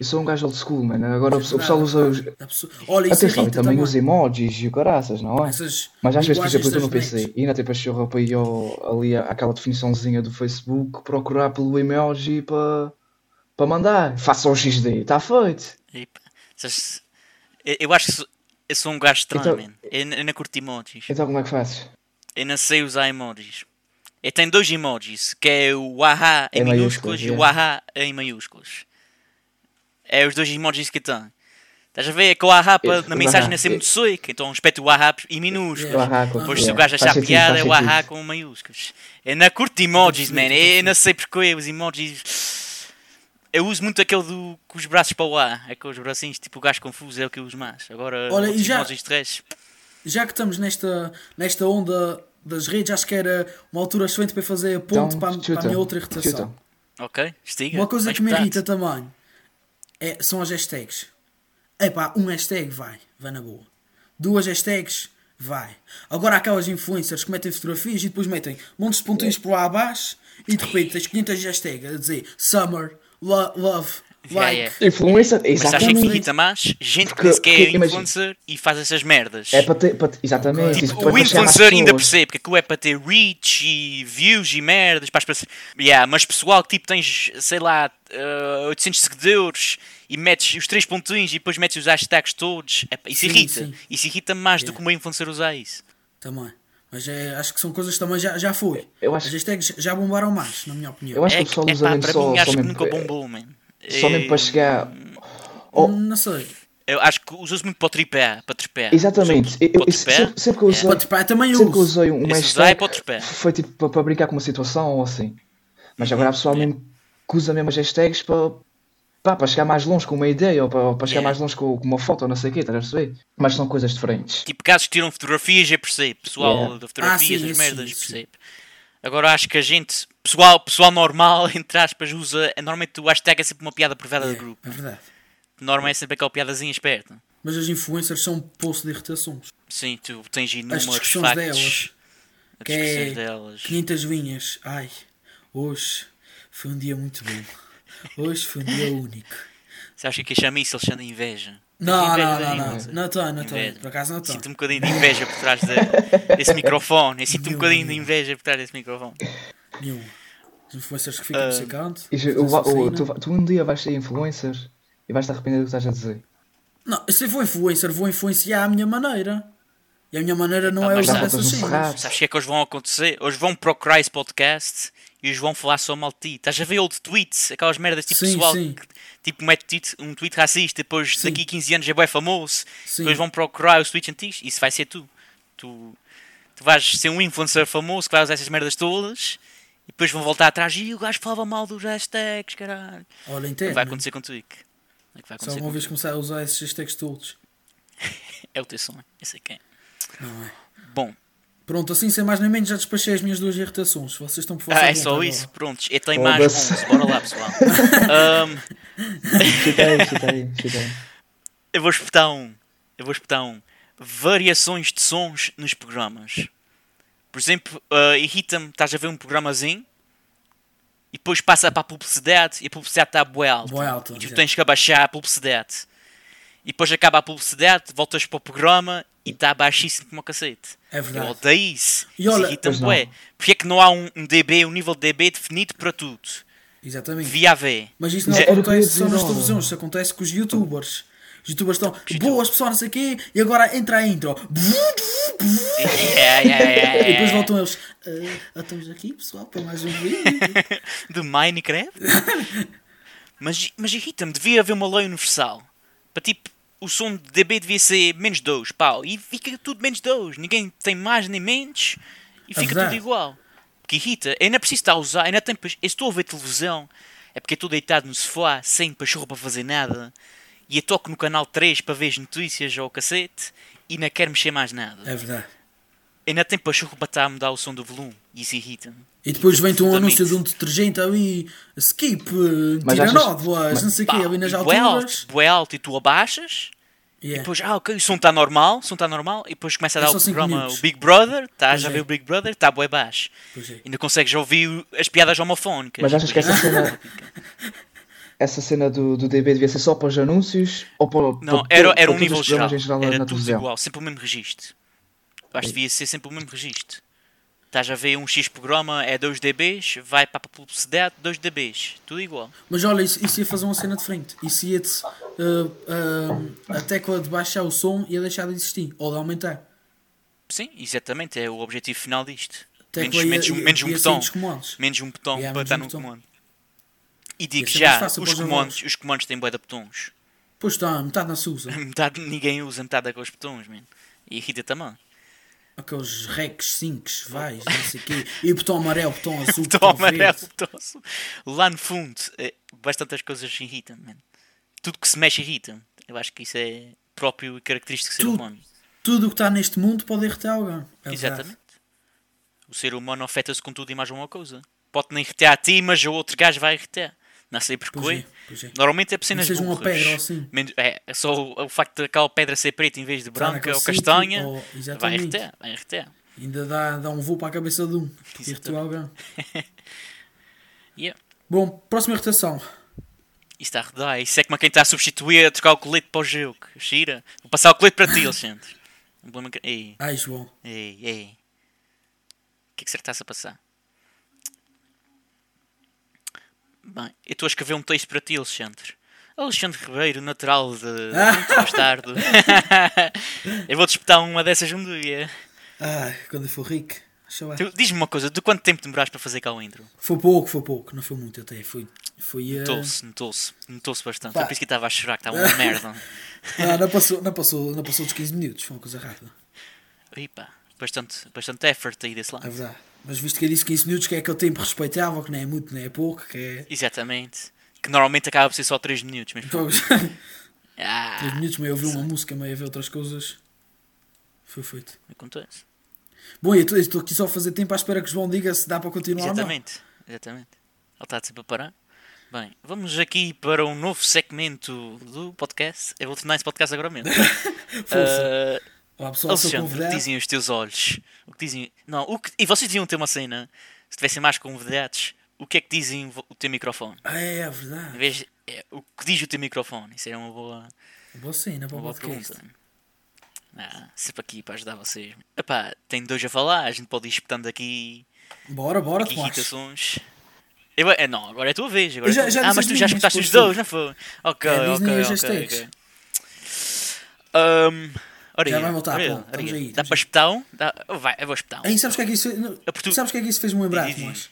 Speaker 1: isso é um gajo old school, mano. Agora o pessoal o pessoal usa os.
Speaker 2: Da pessoa- Olha, isso
Speaker 1: Atenção, e
Speaker 2: irrita
Speaker 1: também
Speaker 2: também.
Speaker 1: os emojis e o caraças, não é?
Speaker 2: Essas
Speaker 1: Mas às vezes, por exemplo,
Speaker 2: linguagens
Speaker 1: eu estou
Speaker 2: das
Speaker 1: no PC
Speaker 2: bonecas.
Speaker 1: e ainda tipo, tem para chorra para ir ao, ali à- àquela definiçãozinha do Facebook procurar pelo emoji para, para mandar. Faça o XD, está feito.
Speaker 3: E, pá, sabes, eu- eu acho que sou, eu sou um gajo estranho,
Speaker 1: Então-
Speaker 3: man. Eu, n- eu não curto emojis.
Speaker 1: Então como é que fazes?
Speaker 3: Eu não sei usar emojis. Eu tenho dois emojis, que é o ahá em
Speaker 1: Em maiúsculas,
Speaker 3: minúsculos
Speaker 1: é.
Speaker 3: e o
Speaker 1: yeah.
Speaker 3: ahá em maiúsculos. É os dois emojis que eu tenho. Estás a ver? É que o ahá pa-
Speaker 1: Esse,
Speaker 3: na
Speaker 1: o
Speaker 3: mensagem
Speaker 1: ahá,
Speaker 3: é sempre muito
Speaker 1: esse.
Speaker 3: seca, então respeito o ahá em
Speaker 2: É
Speaker 3: minúsculos.
Speaker 2: tipo,
Speaker 1: O ahá
Speaker 2: ah,
Speaker 1: com-
Speaker 3: Depois se o
Speaker 1: yeah,
Speaker 3: gajo
Speaker 1: É. faz
Speaker 3: achar
Speaker 1: sentido,
Speaker 3: piada
Speaker 1: faz
Speaker 3: é o ahá
Speaker 1: sentido.
Speaker 3: com maiúsculos. Eu não curto emojis, man. Eu não sei porque os emojis... Eu uso muito aquele do, com os braços para o ar, é com os bracinhos, tipo o gajo confuso, é o que eu uso mais. Agora,
Speaker 2: Olha, e
Speaker 3: os
Speaker 2: já-
Speaker 3: emojis de resto,
Speaker 2: Já que estamos nesta, nesta onda das redes, acho que era uma altura excelente para fazer a ponte
Speaker 1: Então,
Speaker 2: para, a- para a minha outra irritação.
Speaker 1: chuta.
Speaker 3: Ok, estiga.
Speaker 2: Uma coisa
Speaker 3: Mas
Speaker 2: que me
Speaker 3: portanto,
Speaker 2: irrita também é- são as hashtags. Epá, um hashtag vai, vai na boa. Duas hashtags, vai. Agora há aquelas influencers que metem fotografias e depois metem montes de pontinhos por lá abaixo e de repente tens 500 hashtags a dizer summer, lo- love,
Speaker 3: Yeah,
Speaker 2: like.
Speaker 3: yeah.
Speaker 1: Influencer,
Speaker 3: Mas achas que
Speaker 1: exatamente.
Speaker 3: irrita mais gente que
Speaker 1: Porque-
Speaker 3: diz que é
Speaker 1: porque, imagina-
Speaker 3: influencer e faz essas merdas?
Speaker 1: É para ter, para, exatamente. isso, para
Speaker 3: o
Speaker 1: chegar às
Speaker 3: influencer ainda
Speaker 1: pessoas.
Speaker 3: percebe que aquilo é para ter reach e views e merdas para as pessoas. Yeah, mas pessoal que tipo tens, sei lá, eh, 800 seguidores e metes os três pontinhos e depois metes os hashtags todos. É, pá, isso
Speaker 2: Sim,
Speaker 3: irrita.
Speaker 2: sim.
Speaker 3: Isso irrita mais do
Speaker 2: Yeah.
Speaker 3: que uma influencer usar isso.
Speaker 2: Também. Mas é- acho que são coisas que também já, já foi.
Speaker 1: Eu acho-
Speaker 2: As hashtags já bombaram mais, na minha opinião.
Speaker 1: Eu acho
Speaker 3: É,
Speaker 1: que o
Speaker 3: que-
Speaker 1: pessoal
Speaker 3: é
Speaker 1: usa
Speaker 3: pá,
Speaker 1: mesmo
Speaker 3: para
Speaker 1: só,
Speaker 3: mim
Speaker 1: só
Speaker 3: acho que
Speaker 1: mesmo,
Speaker 3: nunca
Speaker 1: para-
Speaker 3: bombou, man.
Speaker 1: só mesmo para
Speaker 3: Eh,
Speaker 1: chegar. Oh,
Speaker 2: Não sei.
Speaker 3: Eu acho que usa muito para o tripé. Para tripé.
Speaker 1: Exatamente.
Speaker 3: Para
Speaker 1: Eu-
Speaker 3: o
Speaker 1: eu-
Speaker 3: tripé.
Speaker 1: sempre, sempre que eu usei,
Speaker 2: Pode, pá, tipo, é também eu
Speaker 1: sempre que eu
Speaker 2: uso.
Speaker 1: usei um
Speaker 3: Esse usar é
Speaker 1: hashtag
Speaker 3: para o tripé.
Speaker 1: foi tipo para, para brincar com uma situação ou assim. Mas agora há pessoal mesmo que usa mesmo as hashtags para, pá, para chegar mais longe com uma ideia ou para, para chegar
Speaker 3: Yeah.
Speaker 1: mais longe com, com uma foto ou não sei o quê, estás a perceber? Mas são coisas diferentes.
Speaker 3: Tipo, casos que tiram fotografias, eu percebo. Pessoal
Speaker 1: Yeah.
Speaker 3: de fotografias,
Speaker 2: Ah, sim,
Speaker 3: as
Speaker 2: isso,
Speaker 3: merdas,
Speaker 2: isso.
Speaker 3: percebo. Agora acho que a gente, pessoal, pessoal normal, entre aspas, usa. Normalmente o hashtag é sempre uma piada privada
Speaker 2: É,
Speaker 3: do grupo.
Speaker 2: é verdade.
Speaker 3: Normalmente é sempre aquela piadazinha esperta.
Speaker 2: Mas as influencers são um poço de irritações.
Speaker 3: Sim, tu tens
Speaker 2: As
Speaker 3: inúmeros
Speaker 2: discussões
Speaker 3: factos.
Speaker 2: delas,
Speaker 3: as
Speaker 2: que
Speaker 3: discussões
Speaker 2: é
Speaker 3: delas.
Speaker 2: 500 linhas. Ai, hoje foi um dia muito bom. Hoje foi um dia único.
Speaker 3: Você acha que chama isso Alexandre Inveja?
Speaker 2: Não,
Speaker 3: Tens
Speaker 2: não,
Speaker 3: inveja
Speaker 2: não,
Speaker 3: aí,
Speaker 2: não.
Speaker 3: Zé?
Speaker 2: Não estou, não estou.
Speaker 3: Inveja.
Speaker 2: Por acaso não estou.
Speaker 3: Sinto um bocadinho de inveja por trás de- desse microfone. Eu sinto um
Speaker 2: Meu
Speaker 3: bocadinho de
Speaker 2: Deus.
Speaker 3: inveja por trás desse microfone.
Speaker 2: Nenhum. Os influencers que
Speaker 3: Ah,
Speaker 2: ficam no seu canto.
Speaker 1: E já-
Speaker 2: fazem
Speaker 1: o- o-
Speaker 2: cena.
Speaker 1: tu, va- tu um dia vais ser influencer e vais te arrepender do que estás a dizer.
Speaker 2: Não, se eu for influencer, vou influenciar à minha maneira. E a minha maneira não
Speaker 3: Ah,
Speaker 2: é
Speaker 3: mas
Speaker 2: usar
Speaker 3: já
Speaker 2: essas
Speaker 1: estás
Speaker 2: cenas.
Speaker 1: encerrado.
Speaker 3: Sabes o que é que hoje vão acontecer? Hoje vão procurar esse podcast e hoje vão falar só mal de ti. Estás a ver old tweets, aquelas merdas tipo
Speaker 2: Sim,
Speaker 3: pessoal
Speaker 2: sim.
Speaker 3: que tipo mete tweet- um tweet racista, depois
Speaker 2: Sim.
Speaker 3: daqui a 15 anos é bem famoso,
Speaker 2: Sim.
Speaker 3: depois vão procurar os tweets antigos, isso vai ser tu. Tu, tu vais ser um influencer famoso que vai usar essas merdas todas e depois vão voltar atrás e o gajo falava mal dos hashtags, caralho.
Speaker 2: Olha,
Speaker 3: É que
Speaker 2: entendo.
Speaker 3: vai acontecer contigo. É que vai
Speaker 2: Se
Speaker 3: acontecer
Speaker 2: alguma
Speaker 3: contigo.
Speaker 2: vez começar a usar esses hashtags todos.
Speaker 3: É o teu sonho, eu sei quem.
Speaker 2: Não é?
Speaker 3: Bom,
Speaker 2: Pronto, assim sem mais nem menos já despachei as minhas duas irritações. Vocês estão por
Speaker 3: Ah,
Speaker 2: vossa
Speaker 3: é
Speaker 2: conta
Speaker 3: só
Speaker 2: agora.
Speaker 3: isso, pronto. Eu tenho mais
Speaker 1: Foda-se.
Speaker 3: 11. Bora lá, pessoal. Ahm,
Speaker 1: Chita aí, chita aí, chita aí.
Speaker 3: eu vou espetar um. Eu vou espetar um. Variações de sons nos programas. Por exemplo, ah, irrita-me, estás a ver um programazinho e depois passa para a publicidade e a publicidade está bué alta.
Speaker 2: Bué alta,
Speaker 3: e tu
Speaker 2: já.
Speaker 3: tens que abaixar a publicidade. E depois acaba a publicidade, voltas para o programa e está baixíssimo como o cacete.
Speaker 2: É verdade.
Speaker 3: Eu odeio isso.
Speaker 2: E
Speaker 3: Isso
Speaker 2: olha-
Speaker 3: irrita-me
Speaker 1: Pois não.
Speaker 3: bué. Porque é que não há um, um DB, um nível de DB definido para tudo?
Speaker 2: Exatamente.
Speaker 3: Devia haver.
Speaker 2: Mas isso não
Speaker 1: Era o que eu ia
Speaker 2: acontece só
Speaker 1: dizer,
Speaker 2: nas
Speaker 1: não.
Speaker 2: televisões, isso acontece com os youtubers. Os youtubers estão boas pessoas, não sei o quê, e agora entra a intro.
Speaker 3: Yeah, yeah, yeah,
Speaker 2: E depois
Speaker 3: yeah.
Speaker 2: voltam eles. "Ah, estamos aqui, pessoal, para mais um vídeo.
Speaker 3: De Minecraft? mas mas irrita-me, devia haver uma lei universal. Para tipo, o som de DB devia ser menos 2, pau. E fica tudo menos 2. Ninguém tem mais nem menos. E fica tudo
Speaker 2: verdade.
Speaker 3: igual. Porque irrita. Eu ainda preciso estar a usar. Ainda tenho, pa- eu estou a ver televisão. É porque eu estou deitado no sofá, sem pachorra para fazer nada. E eu toco no canal 3 para ver as notícias ou o cacete. E não quero mexer mais nada.
Speaker 2: É verdade.
Speaker 3: Ainda tem pachorra para estar a mudar o som do volume. E isso irrita-me.
Speaker 2: E depois vem-te um
Speaker 3: Absolutamente.
Speaker 2: anúncio de um detergente ali, skip,
Speaker 1: Mas achas-
Speaker 2: tiranódulas, não sei o quê,
Speaker 3: Pá,
Speaker 2: ali nas
Speaker 3: e bué
Speaker 2: alturas.
Speaker 3: alto, bué alto e tu abaixas. E
Speaker 2: Yeah.
Speaker 3: depois, ah, ok, o som está normal, o som está normal. E depois começa a
Speaker 2: É
Speaker 3: dar
Speaker 2: só
Speaker 3: o
Speaker 2: cinco
Speaker 3: programa,
Speaker 2: minutos.
Speaker 3: o Big Brother. Estás
Speaker 2: Pois
Speaker 3: a
Speaker 2: é.
Speaker 3: ver o Big Brother, está bué baixo.
Speaker 2: Pois é.
Speaker 3: Ainda consegues ouvir o- as piadas homofónicas.
Speaker 1: Mas achas que
Speaker 3: Pois é.
Speaker 1: essa cena. Essa cena do, do DB devia ser só para os anúncios ou para,
Speaker 3: Não,
Speaker 1: para-
Speaker 3: era,
Speaker 1: para
Speaker 3: era um
Speaker 1: todos os
Speaker 3: nível geral.
Speaker 1: programas em geral na-
Speaker 3: Era
Speaker 1: na
Speaker 3: tudo
Speaker 1: televisão? É.
Speaker 3: igual, sempre o mesmo registro. Eu Acho que devia ser sempre o mesmo registro. Estás a ver um X programa, é 2 dBs, vai para a publicidade, 2 dBs. Tudo igual.
Speaker 2: Mas olha, isso, isso ia fazer uma cena diferente. Isso ia-te. ah, ah, a tecla de baixar o som ia deixar de existir, ou de aumentar.
Speaker 3: Sim, exatamente, é o objetivo final disto.
Speaker 2: Até
Speaker 3: menos,
Speaker 2: que ia-
Speaker 3: menos, um-
Speaker 2: ia-
Speaker 3: menos um
Speaker 2: ia ser
Speaker 3: botão.
Speaker 2: dos comandos.
Speaker 3: Menos um botão
Speaker 2: Yeah,
Speaker 3: para
Speaker 2: menos
Speaker 3: estar
Speaker 2: um
Speaker 3: num
Speaker 2: botão.
Speaker 3: comando. E digo
Speaker 2: ser mais
Speaker 3: já,
Speaker 2: fácil
Speaker 3: os
Speaker 2: para os
Speaker 3: comandos,
Speaker 2: alunos.
Speaker 3: os comandos têm bué de botões.
Speaker 2: Pois está, metade não se usa.
Speaker 3: Metade ninguém usa metade daqueles botões, man. E irrita também.
Speaker 2: Aqueles recs, 5, vais, não sei o quê. E botão amarelo, botão azul, botão,
Speaker 3: Botão amarelo,
Speaker 2: verde.
Speaker 3: é um botão azul. Lá no fundo, é, bastantes coisas irritam, man. Tudo que se mexe irrita. Eu acho que isso é próprio e característico do ser
Speaker 2: Tudo.
Speaker 3: humano.
Speaker 2: Tudo o que está neste mundo pode irritar alguém. É verdade.
Speaker 3: Exatamente. O ser humano afeta-se com tudo e mais alguma coisa. Pode nem reter a ti, mas o outro gajo vai reter. Não sei
Speaker 2: Pois
Speaker 3: porquê.
Speaker 2: é, pois é.
Speaker 3: Normalmente é por cenas
Speaker 2: Não seja uma
Speaker 3: burras.
Speaker 2: pedra ou assim.
Speaker 3: Men- É, é só o, o facto de aquela pedra ser preta em vez de
Speaker 2: Está
Speaker 3: branca
Speaker 2: naquele
Speaker 3: ou
Speaker 2: sítio,
Speaker 3: é castanha.
Speaker 2: ou-
Speaker 3: Vai
Speaker 2: exatamente.
Speaker 3: reter, vai reter.
Speaker 2: Ainda dá, dá um voo para a cabeça de um. porque
Speaker 3: Exatamente.
Speaker 2: retou alguém.
Speaker 3: Yeah.
Speaker 2: Bom, próxima rotação.
Speaker 3: Isto está a rodar. Isso é como quem está a substituir, a trocar o colete para o gelo. que Gira. Vou passar o colete para ti, Alexandre. Um problema que- Ei,
Speaker 2: Ai, João.
Speaker 3: ei, ei. O que é que será que está-se a passar? Bem, eu estou a escrever um texto para ti, Alexandre. Alexandre Ribeiro, natural de muito bastardo. eu vou disputar uma dessas um dia.
Speaker 2: Ai, quando eu for rico. deixa lá.
Speaker 3: Tu- Diz-me uma coisa, de quanto tempo demoraste para fazer cá o intro?
Speaker 2: Foi pouco, foi pouco. Não foi muito até. Foi. foi eh,
Speaker 3: Notou-se, notou-se, notou-se bastante.
Speaker 2: Pá.
Speaker 3: É por isso que eu estava a chorar, que estava uma merda.
Speaker 2: não, Ah, não, passou, não, passou, não passou dos 15 minutos. Foi uma coisa rápida.
Speaker 3: Epa, bastante, bastante effort aí desse lado.
Speaker 2: É verdade. Mas visto que eu disse 15 minutos, que é aquele tempo respeitável, que nem é muito, nem é pouco, que é. Então-
Speaker 3: Exatamente. Que normalmente acaba por ser só 3 minutos, mas.
Speaker 2: Jogos.
Speaker 3: Ah,
Speaker 2: 3 minutos, meio a ouvir uma música, meio a ver outras coisas. Foi feito.
Speaker 3: acontece.
Speaker 2: Bom, e eu estou aqui só a fazer tempo à espera que o João diga se dá para continuar ou não.
Speaker 3: Exatamente, exatamente. Ele está sempre a parar. Bem, vamos aqui para um novo segmento do podcast. Eu vou tornar esse podcast agora mesmo.
Speaker 2: Força.
Speaker 3: Ah,
Speaker 2: Olá pessoal, sou
Speaker 3: Alexandre, o que
Speaker 2: convidado.
Speaker 3: dizem os teus olhos? O que dizem. Não, o que... E vocês deviam ter uma cena, se tivessem mais convidados, o que é que dizem vo- o teu microfone?
Speaker 2: Ah, é, é
Speaker 3: Em
Speaker 2: verdade.
Speaker 3: vez de- é, o que diz o teu microfone? Isso era uma boa.
Speaker 2: Boa cena para o
Speaker 3: Uma boa
Speaker 2: podcast.
Speaker 3: pergunta. Ah, sempre aqui para ajudar vocês. Epá, tem dois a falar, a gente pode ir espetando aqui,
Speaker 2: Bora, bora,
Speaker 3: aqui
Speaker 2: Tomás.
Speaker 3: irritações. Eu, é, não, agora é a tua vez. Agora é
Speaker 2: Já-
Speaker 3: a tua
Speaker 2: já
Speaker 3: vez. ah,
Speaker 2: disse
Speaker 3: mas
Speaker 2: as
Speaker 3: tu já
Speaker 2: minhas,
Speaker 3: espetaste os
Speaker 2: por
Speaker 3: dois, não foi? Ok,
Speaker 2: É,
Speaker 3: ok,
Speaker 2: Disney e as
Speaker 3: ok.
Speaker 2: hashtag.
Speaker 3: ok. Ahm, ora
Speaker 2: Já
Speaker 3: aí,
Speaker 2: vai voltar,
Speaker 3: ora aí,
Speaker 2: pô,
Speaker 3: ora
Speaker 2: estamos
Speaker 3: aí.
Speaker 2: aí,
Speaker 3: Dá
Speaker 2: estamos
Speaker 3: para espetar um? Dá... oh, Vai, eu vou espetar um.
Speaker 2: Aí, sabes o que é que isso não,
Speaker 3: É porque tu-
Speaker 2: Sabes o que é que isso fez-me lembrar,
Speaker 3: Diz, diz,
Speaker 2: Tomás?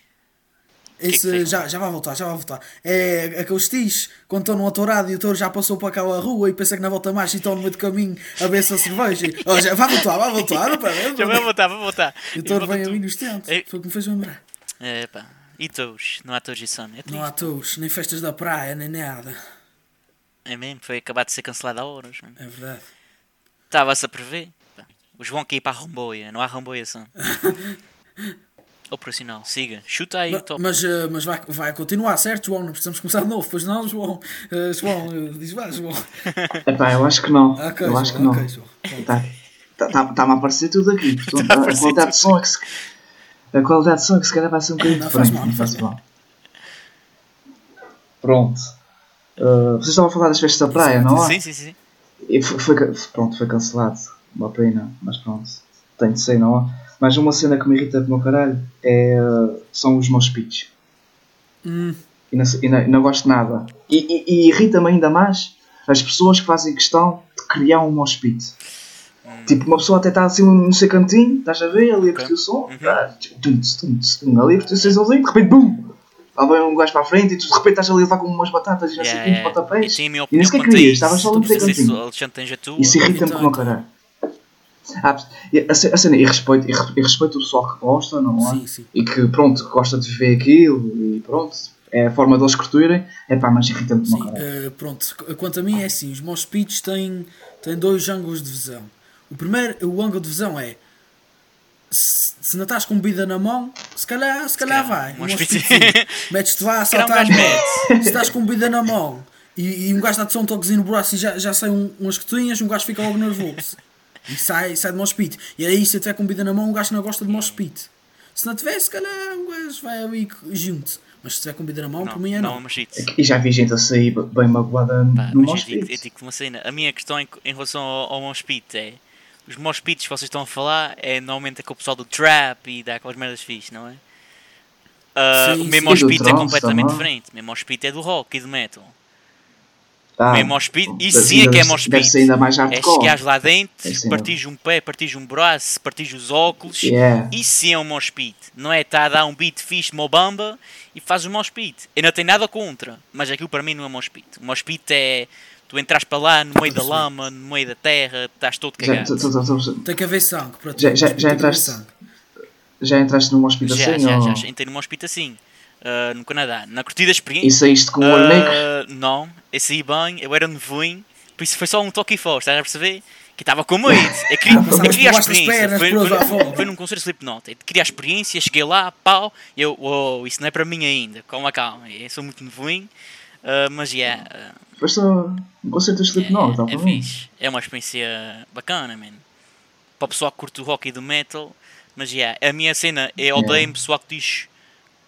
Speaker 3: que
Speaker 2: Esse,
Speaker 3: fez?
Speaker 2: já, já vai voltar, já vai voltar. É aqueles tis, quando estão num atorado e o touro já passou para aquela rua e pensa que não volta mais e estão no meio do caminho a beber a cerveja. Oh, já, vai voltar, vai voltar. Opa,
Speaker 3: Já vou voltar, vou voltar.
Speaker 2: E o touro
Speaker 3: Volta É.
Speaker 2: vem a
Speaker 3: tu.
Speaker 2: mim nos tentos.
Speaker 3: Ei.
Speaker 2: Foi o que me fez lembrar.
Speaker 3: Epá, E todos? Não há todos e sono. É
Speaker 2: Não há
Speaker 3: triste.
Speaker 2: touros, nem festas da praia, nem nada.
Speaker 3: É mesmo, foi acabado de ser cancelado há horas. mano.
Speaker 2: É verdade.
Speaker 3: Estava-se a prever. Pá, O João quer ir para a Ramboia, não há Ramboia só. Operacional, siga. Chuta aí o
Speaker 2: Ma-
Speaker 3: top.
Speaker 2: Mas, eh, mas vai, vai continuar, certo, João? Não precisamos começar de novo, pois não, João? Eh, João, eh, diz vá, João.
Speaker 1: Epá, eu acho que não.
Speaker 2: Ah, Ok,
Speaker 1: eu
Speaker 2: João,
Speaker 1: acho que não. tá,
Speaker 2: ok, João.
Speaker 1: Está-me a aparecer tudo aqui. Portanto,
Speaker 3: Tá a
Speaker 1: a
Speaker 3: aparecer
Speaker 1: qualidade de som é que se... A qualidade de som é que se calhar vai ser um bocadinho
Speaker 2: Não faz
Speaker 1: diferente.
Speaker 2: mal, não faz
Speaker 1: mal. Pronto. Uh, vocês estavam a falar das festas da praia, não é?
Speaker 3: Sim, sim, sim.
Speaker 1: E foi, foi ca- pronto, foi cancelado. Uma pena, mas pronto. Tem de ser, não é? Mas uma cena que me irrita como caralho é, uh, são os meus pitch.
Speaker 2: Hum,
Speaker 1: E não, e não, e não gosto nada. E, e- e irrita-me ainda mais as pessoas que fazem questão de criar um mospit. Tipo, uma pessoa até está assim no seu cantinho, estás a ver, ali a curtir o som, tá, tum, tum, tum, tum, ali a curtir o seu somzinho, de repente, bum! Lá vem um gajo para a frente e tu de repente estás ali a levar com umas batatas e não sei o
Speaker 3: Yeah,
Speaker 1: quê, uns
Speaker 3: yeah. Eu
Speaker 1: Assim, pontapés.
Speaker 3: tinha a
Speaker 1: E
Speaker 3: minha
Speaker 1: nem
Speaker 3: opinião
Speaker 1: sequer
Speaker 3: quanto a
Speaker 1: querias,
Speaker 3: isso.
Speaker 1: estavas só ali no teu
Speaker 3: Não sei se
Speaker 1: cantinho.
Speaker 3: o Alexandre tens a tua.
Speaker 1: Isso irrita-me
Speaker 2: Então,
Speaker 1: como
Speaker 2: então.
Speaker 1: caralho. Ah, e a ce- a cena, e respeito, e re- e respeito o pessoal que gosta, não é?
Speaker 2: sim, sim.
Speaker 1: E que, pronto, gosta de ver aquilo e pronto, é a forma deles curtirem. É pá, mas irrita-me como
Speaker 2: Sim,
Speaker 1: caralho.
Speaker 2: eh, pronto. Qu- Quanto a mim é assim, os meus pitches têm, têm dois ângulos de visão. O primeiro, o ângulo de visão é se, se não estás com bebida na mão, se calhar, se calhar
Speaker 3: calhar,
Speaker 2: vai.
Speaker 3: um
Speaker 2: Um
Speaker 3: mosh pit.
Speaker 2: pitzinho. Metes-te lá,
Speaker 3: calhar um
Speaker 2: saltar
Speaker 3: gajo
Speaker 2: se estás com bebida na mão e, e um gajo dá-te só um toquezinho no braço e já, já saem um, umas cotinhas, um gajo fica logo nervoso. E sai, sai de mosh pit. E aí, se eu tiver com bebida na mão, um gajo não gosta de mosh pit. Se não tiver, se calhar um gajo vai ali junto. Mas se tiver com bebida na mão,
Speaker 3: Não,
Speaker 2: para mim é
Speaker 3: não,
Speaker 2: não.
Speaker 3: mas isso.
Speaker 1: E já vi gente a sair b- bem magoada
Speaker 3: Pá,
Speaker 1: no
Speaker 3: mas eu digo- eu
Speaker 1: hospício.
Speaker 3: digo-te é tipo uma cena. A minha questão em, em relação ao, ao Mospit é. Os Mospits que vocês estão a falar é normalmente é com o pessoal do trap e dá aquelas merdas fixe, não é? Ah,
Speaker 2: Sim,
Speaker 3: o
Speaker 2: sim.
Speaker 3: meu
Speaker 1: E do
Speaker 3: Mospit é
Speaker 1: trance também.
Speaker 3: completamente diferente. O meu Mospit é do rock e do metal.
Speaker 1: Ah,
Speaker 3: mesmo ao speed,
Speaker 1: pronto,
Speaker 3: isso
Speaker 1: assim
Speaker 3: sim é que é
Speaker 1: deve-
Speaker 3: mau
Speaker 1: Deve
Speaker 3: speed.
Speaker 1: ser ainda mais
Speaker 3: É
Speaker 1: hardcore.
Speaker 3: chegares lá dentro,
Speaker 1: É assim,
Speaker 3: partis um pé, partis um braço, partis os óculos.
Speaker 1: Yeah.
Speaker 3: Isso sim é um mosh pit. Não é estar a dar um beat fixe de mobamba e fazes um mosh pit. Eu não tenho nada contra, mas aquilo para mim não é mosh pit. O mosh pit é tu entras para lá no meio da
Speaker 1: assim.
Speaker 3: lama, no meio da terra, estás todo
Speaker 1: Já,
Speaker 3: cagado.
Speaker 1: tu- tu- tu- tu-
Speaker 2: Tem que haver sangue para ti.
Speaker 1: Já- já-
Speaker 2: Tem que
Speaker 1: já
Speaker 2: haver
Speaker 1: entraste-
Speaker 2: sangue.
Speaker 1: já entraste num hospício
Speaker 3: Já,
Speaker 1: assim?
Speaker 3: já,
Speaker 1: ou-
Speaker 3: já, já. Entrei num mosh pit assim, ah, no Canadá, na curtida experiência.
Speaker 1: E saíste com o olho negro?
Speaker 3: Ah, Não, eu saí bem, eu era novinho, por isso foi só um toque e fora, estás a perceber? que estava com medo. Eu queria,
Speaker 2: Passavas
Speaker 3: eu queria a
Speaker 2: por baixo das
Speaker 3: experiência.
Speaker 2: pernas,
Speaker 3: Foi,
Speaker 2: pelas lá fora.
Speaker 3: foi, foi num concerto de Slipknot. Eu queria a experiência, cheguei lá, pau. e Eu, uou, isso não é para mim ainda. Calma, calma. Eu sou muito ruim. ah, mas yeah, ah,
Speaker 1: Foi só um concerto de Slipknot,
Speaker 3: é, é fixe. É uma experiência bacana, man. Para o pessoal que curte o rock e do metal. Mas yeah, a minha cena é odeio-me pessoal que diz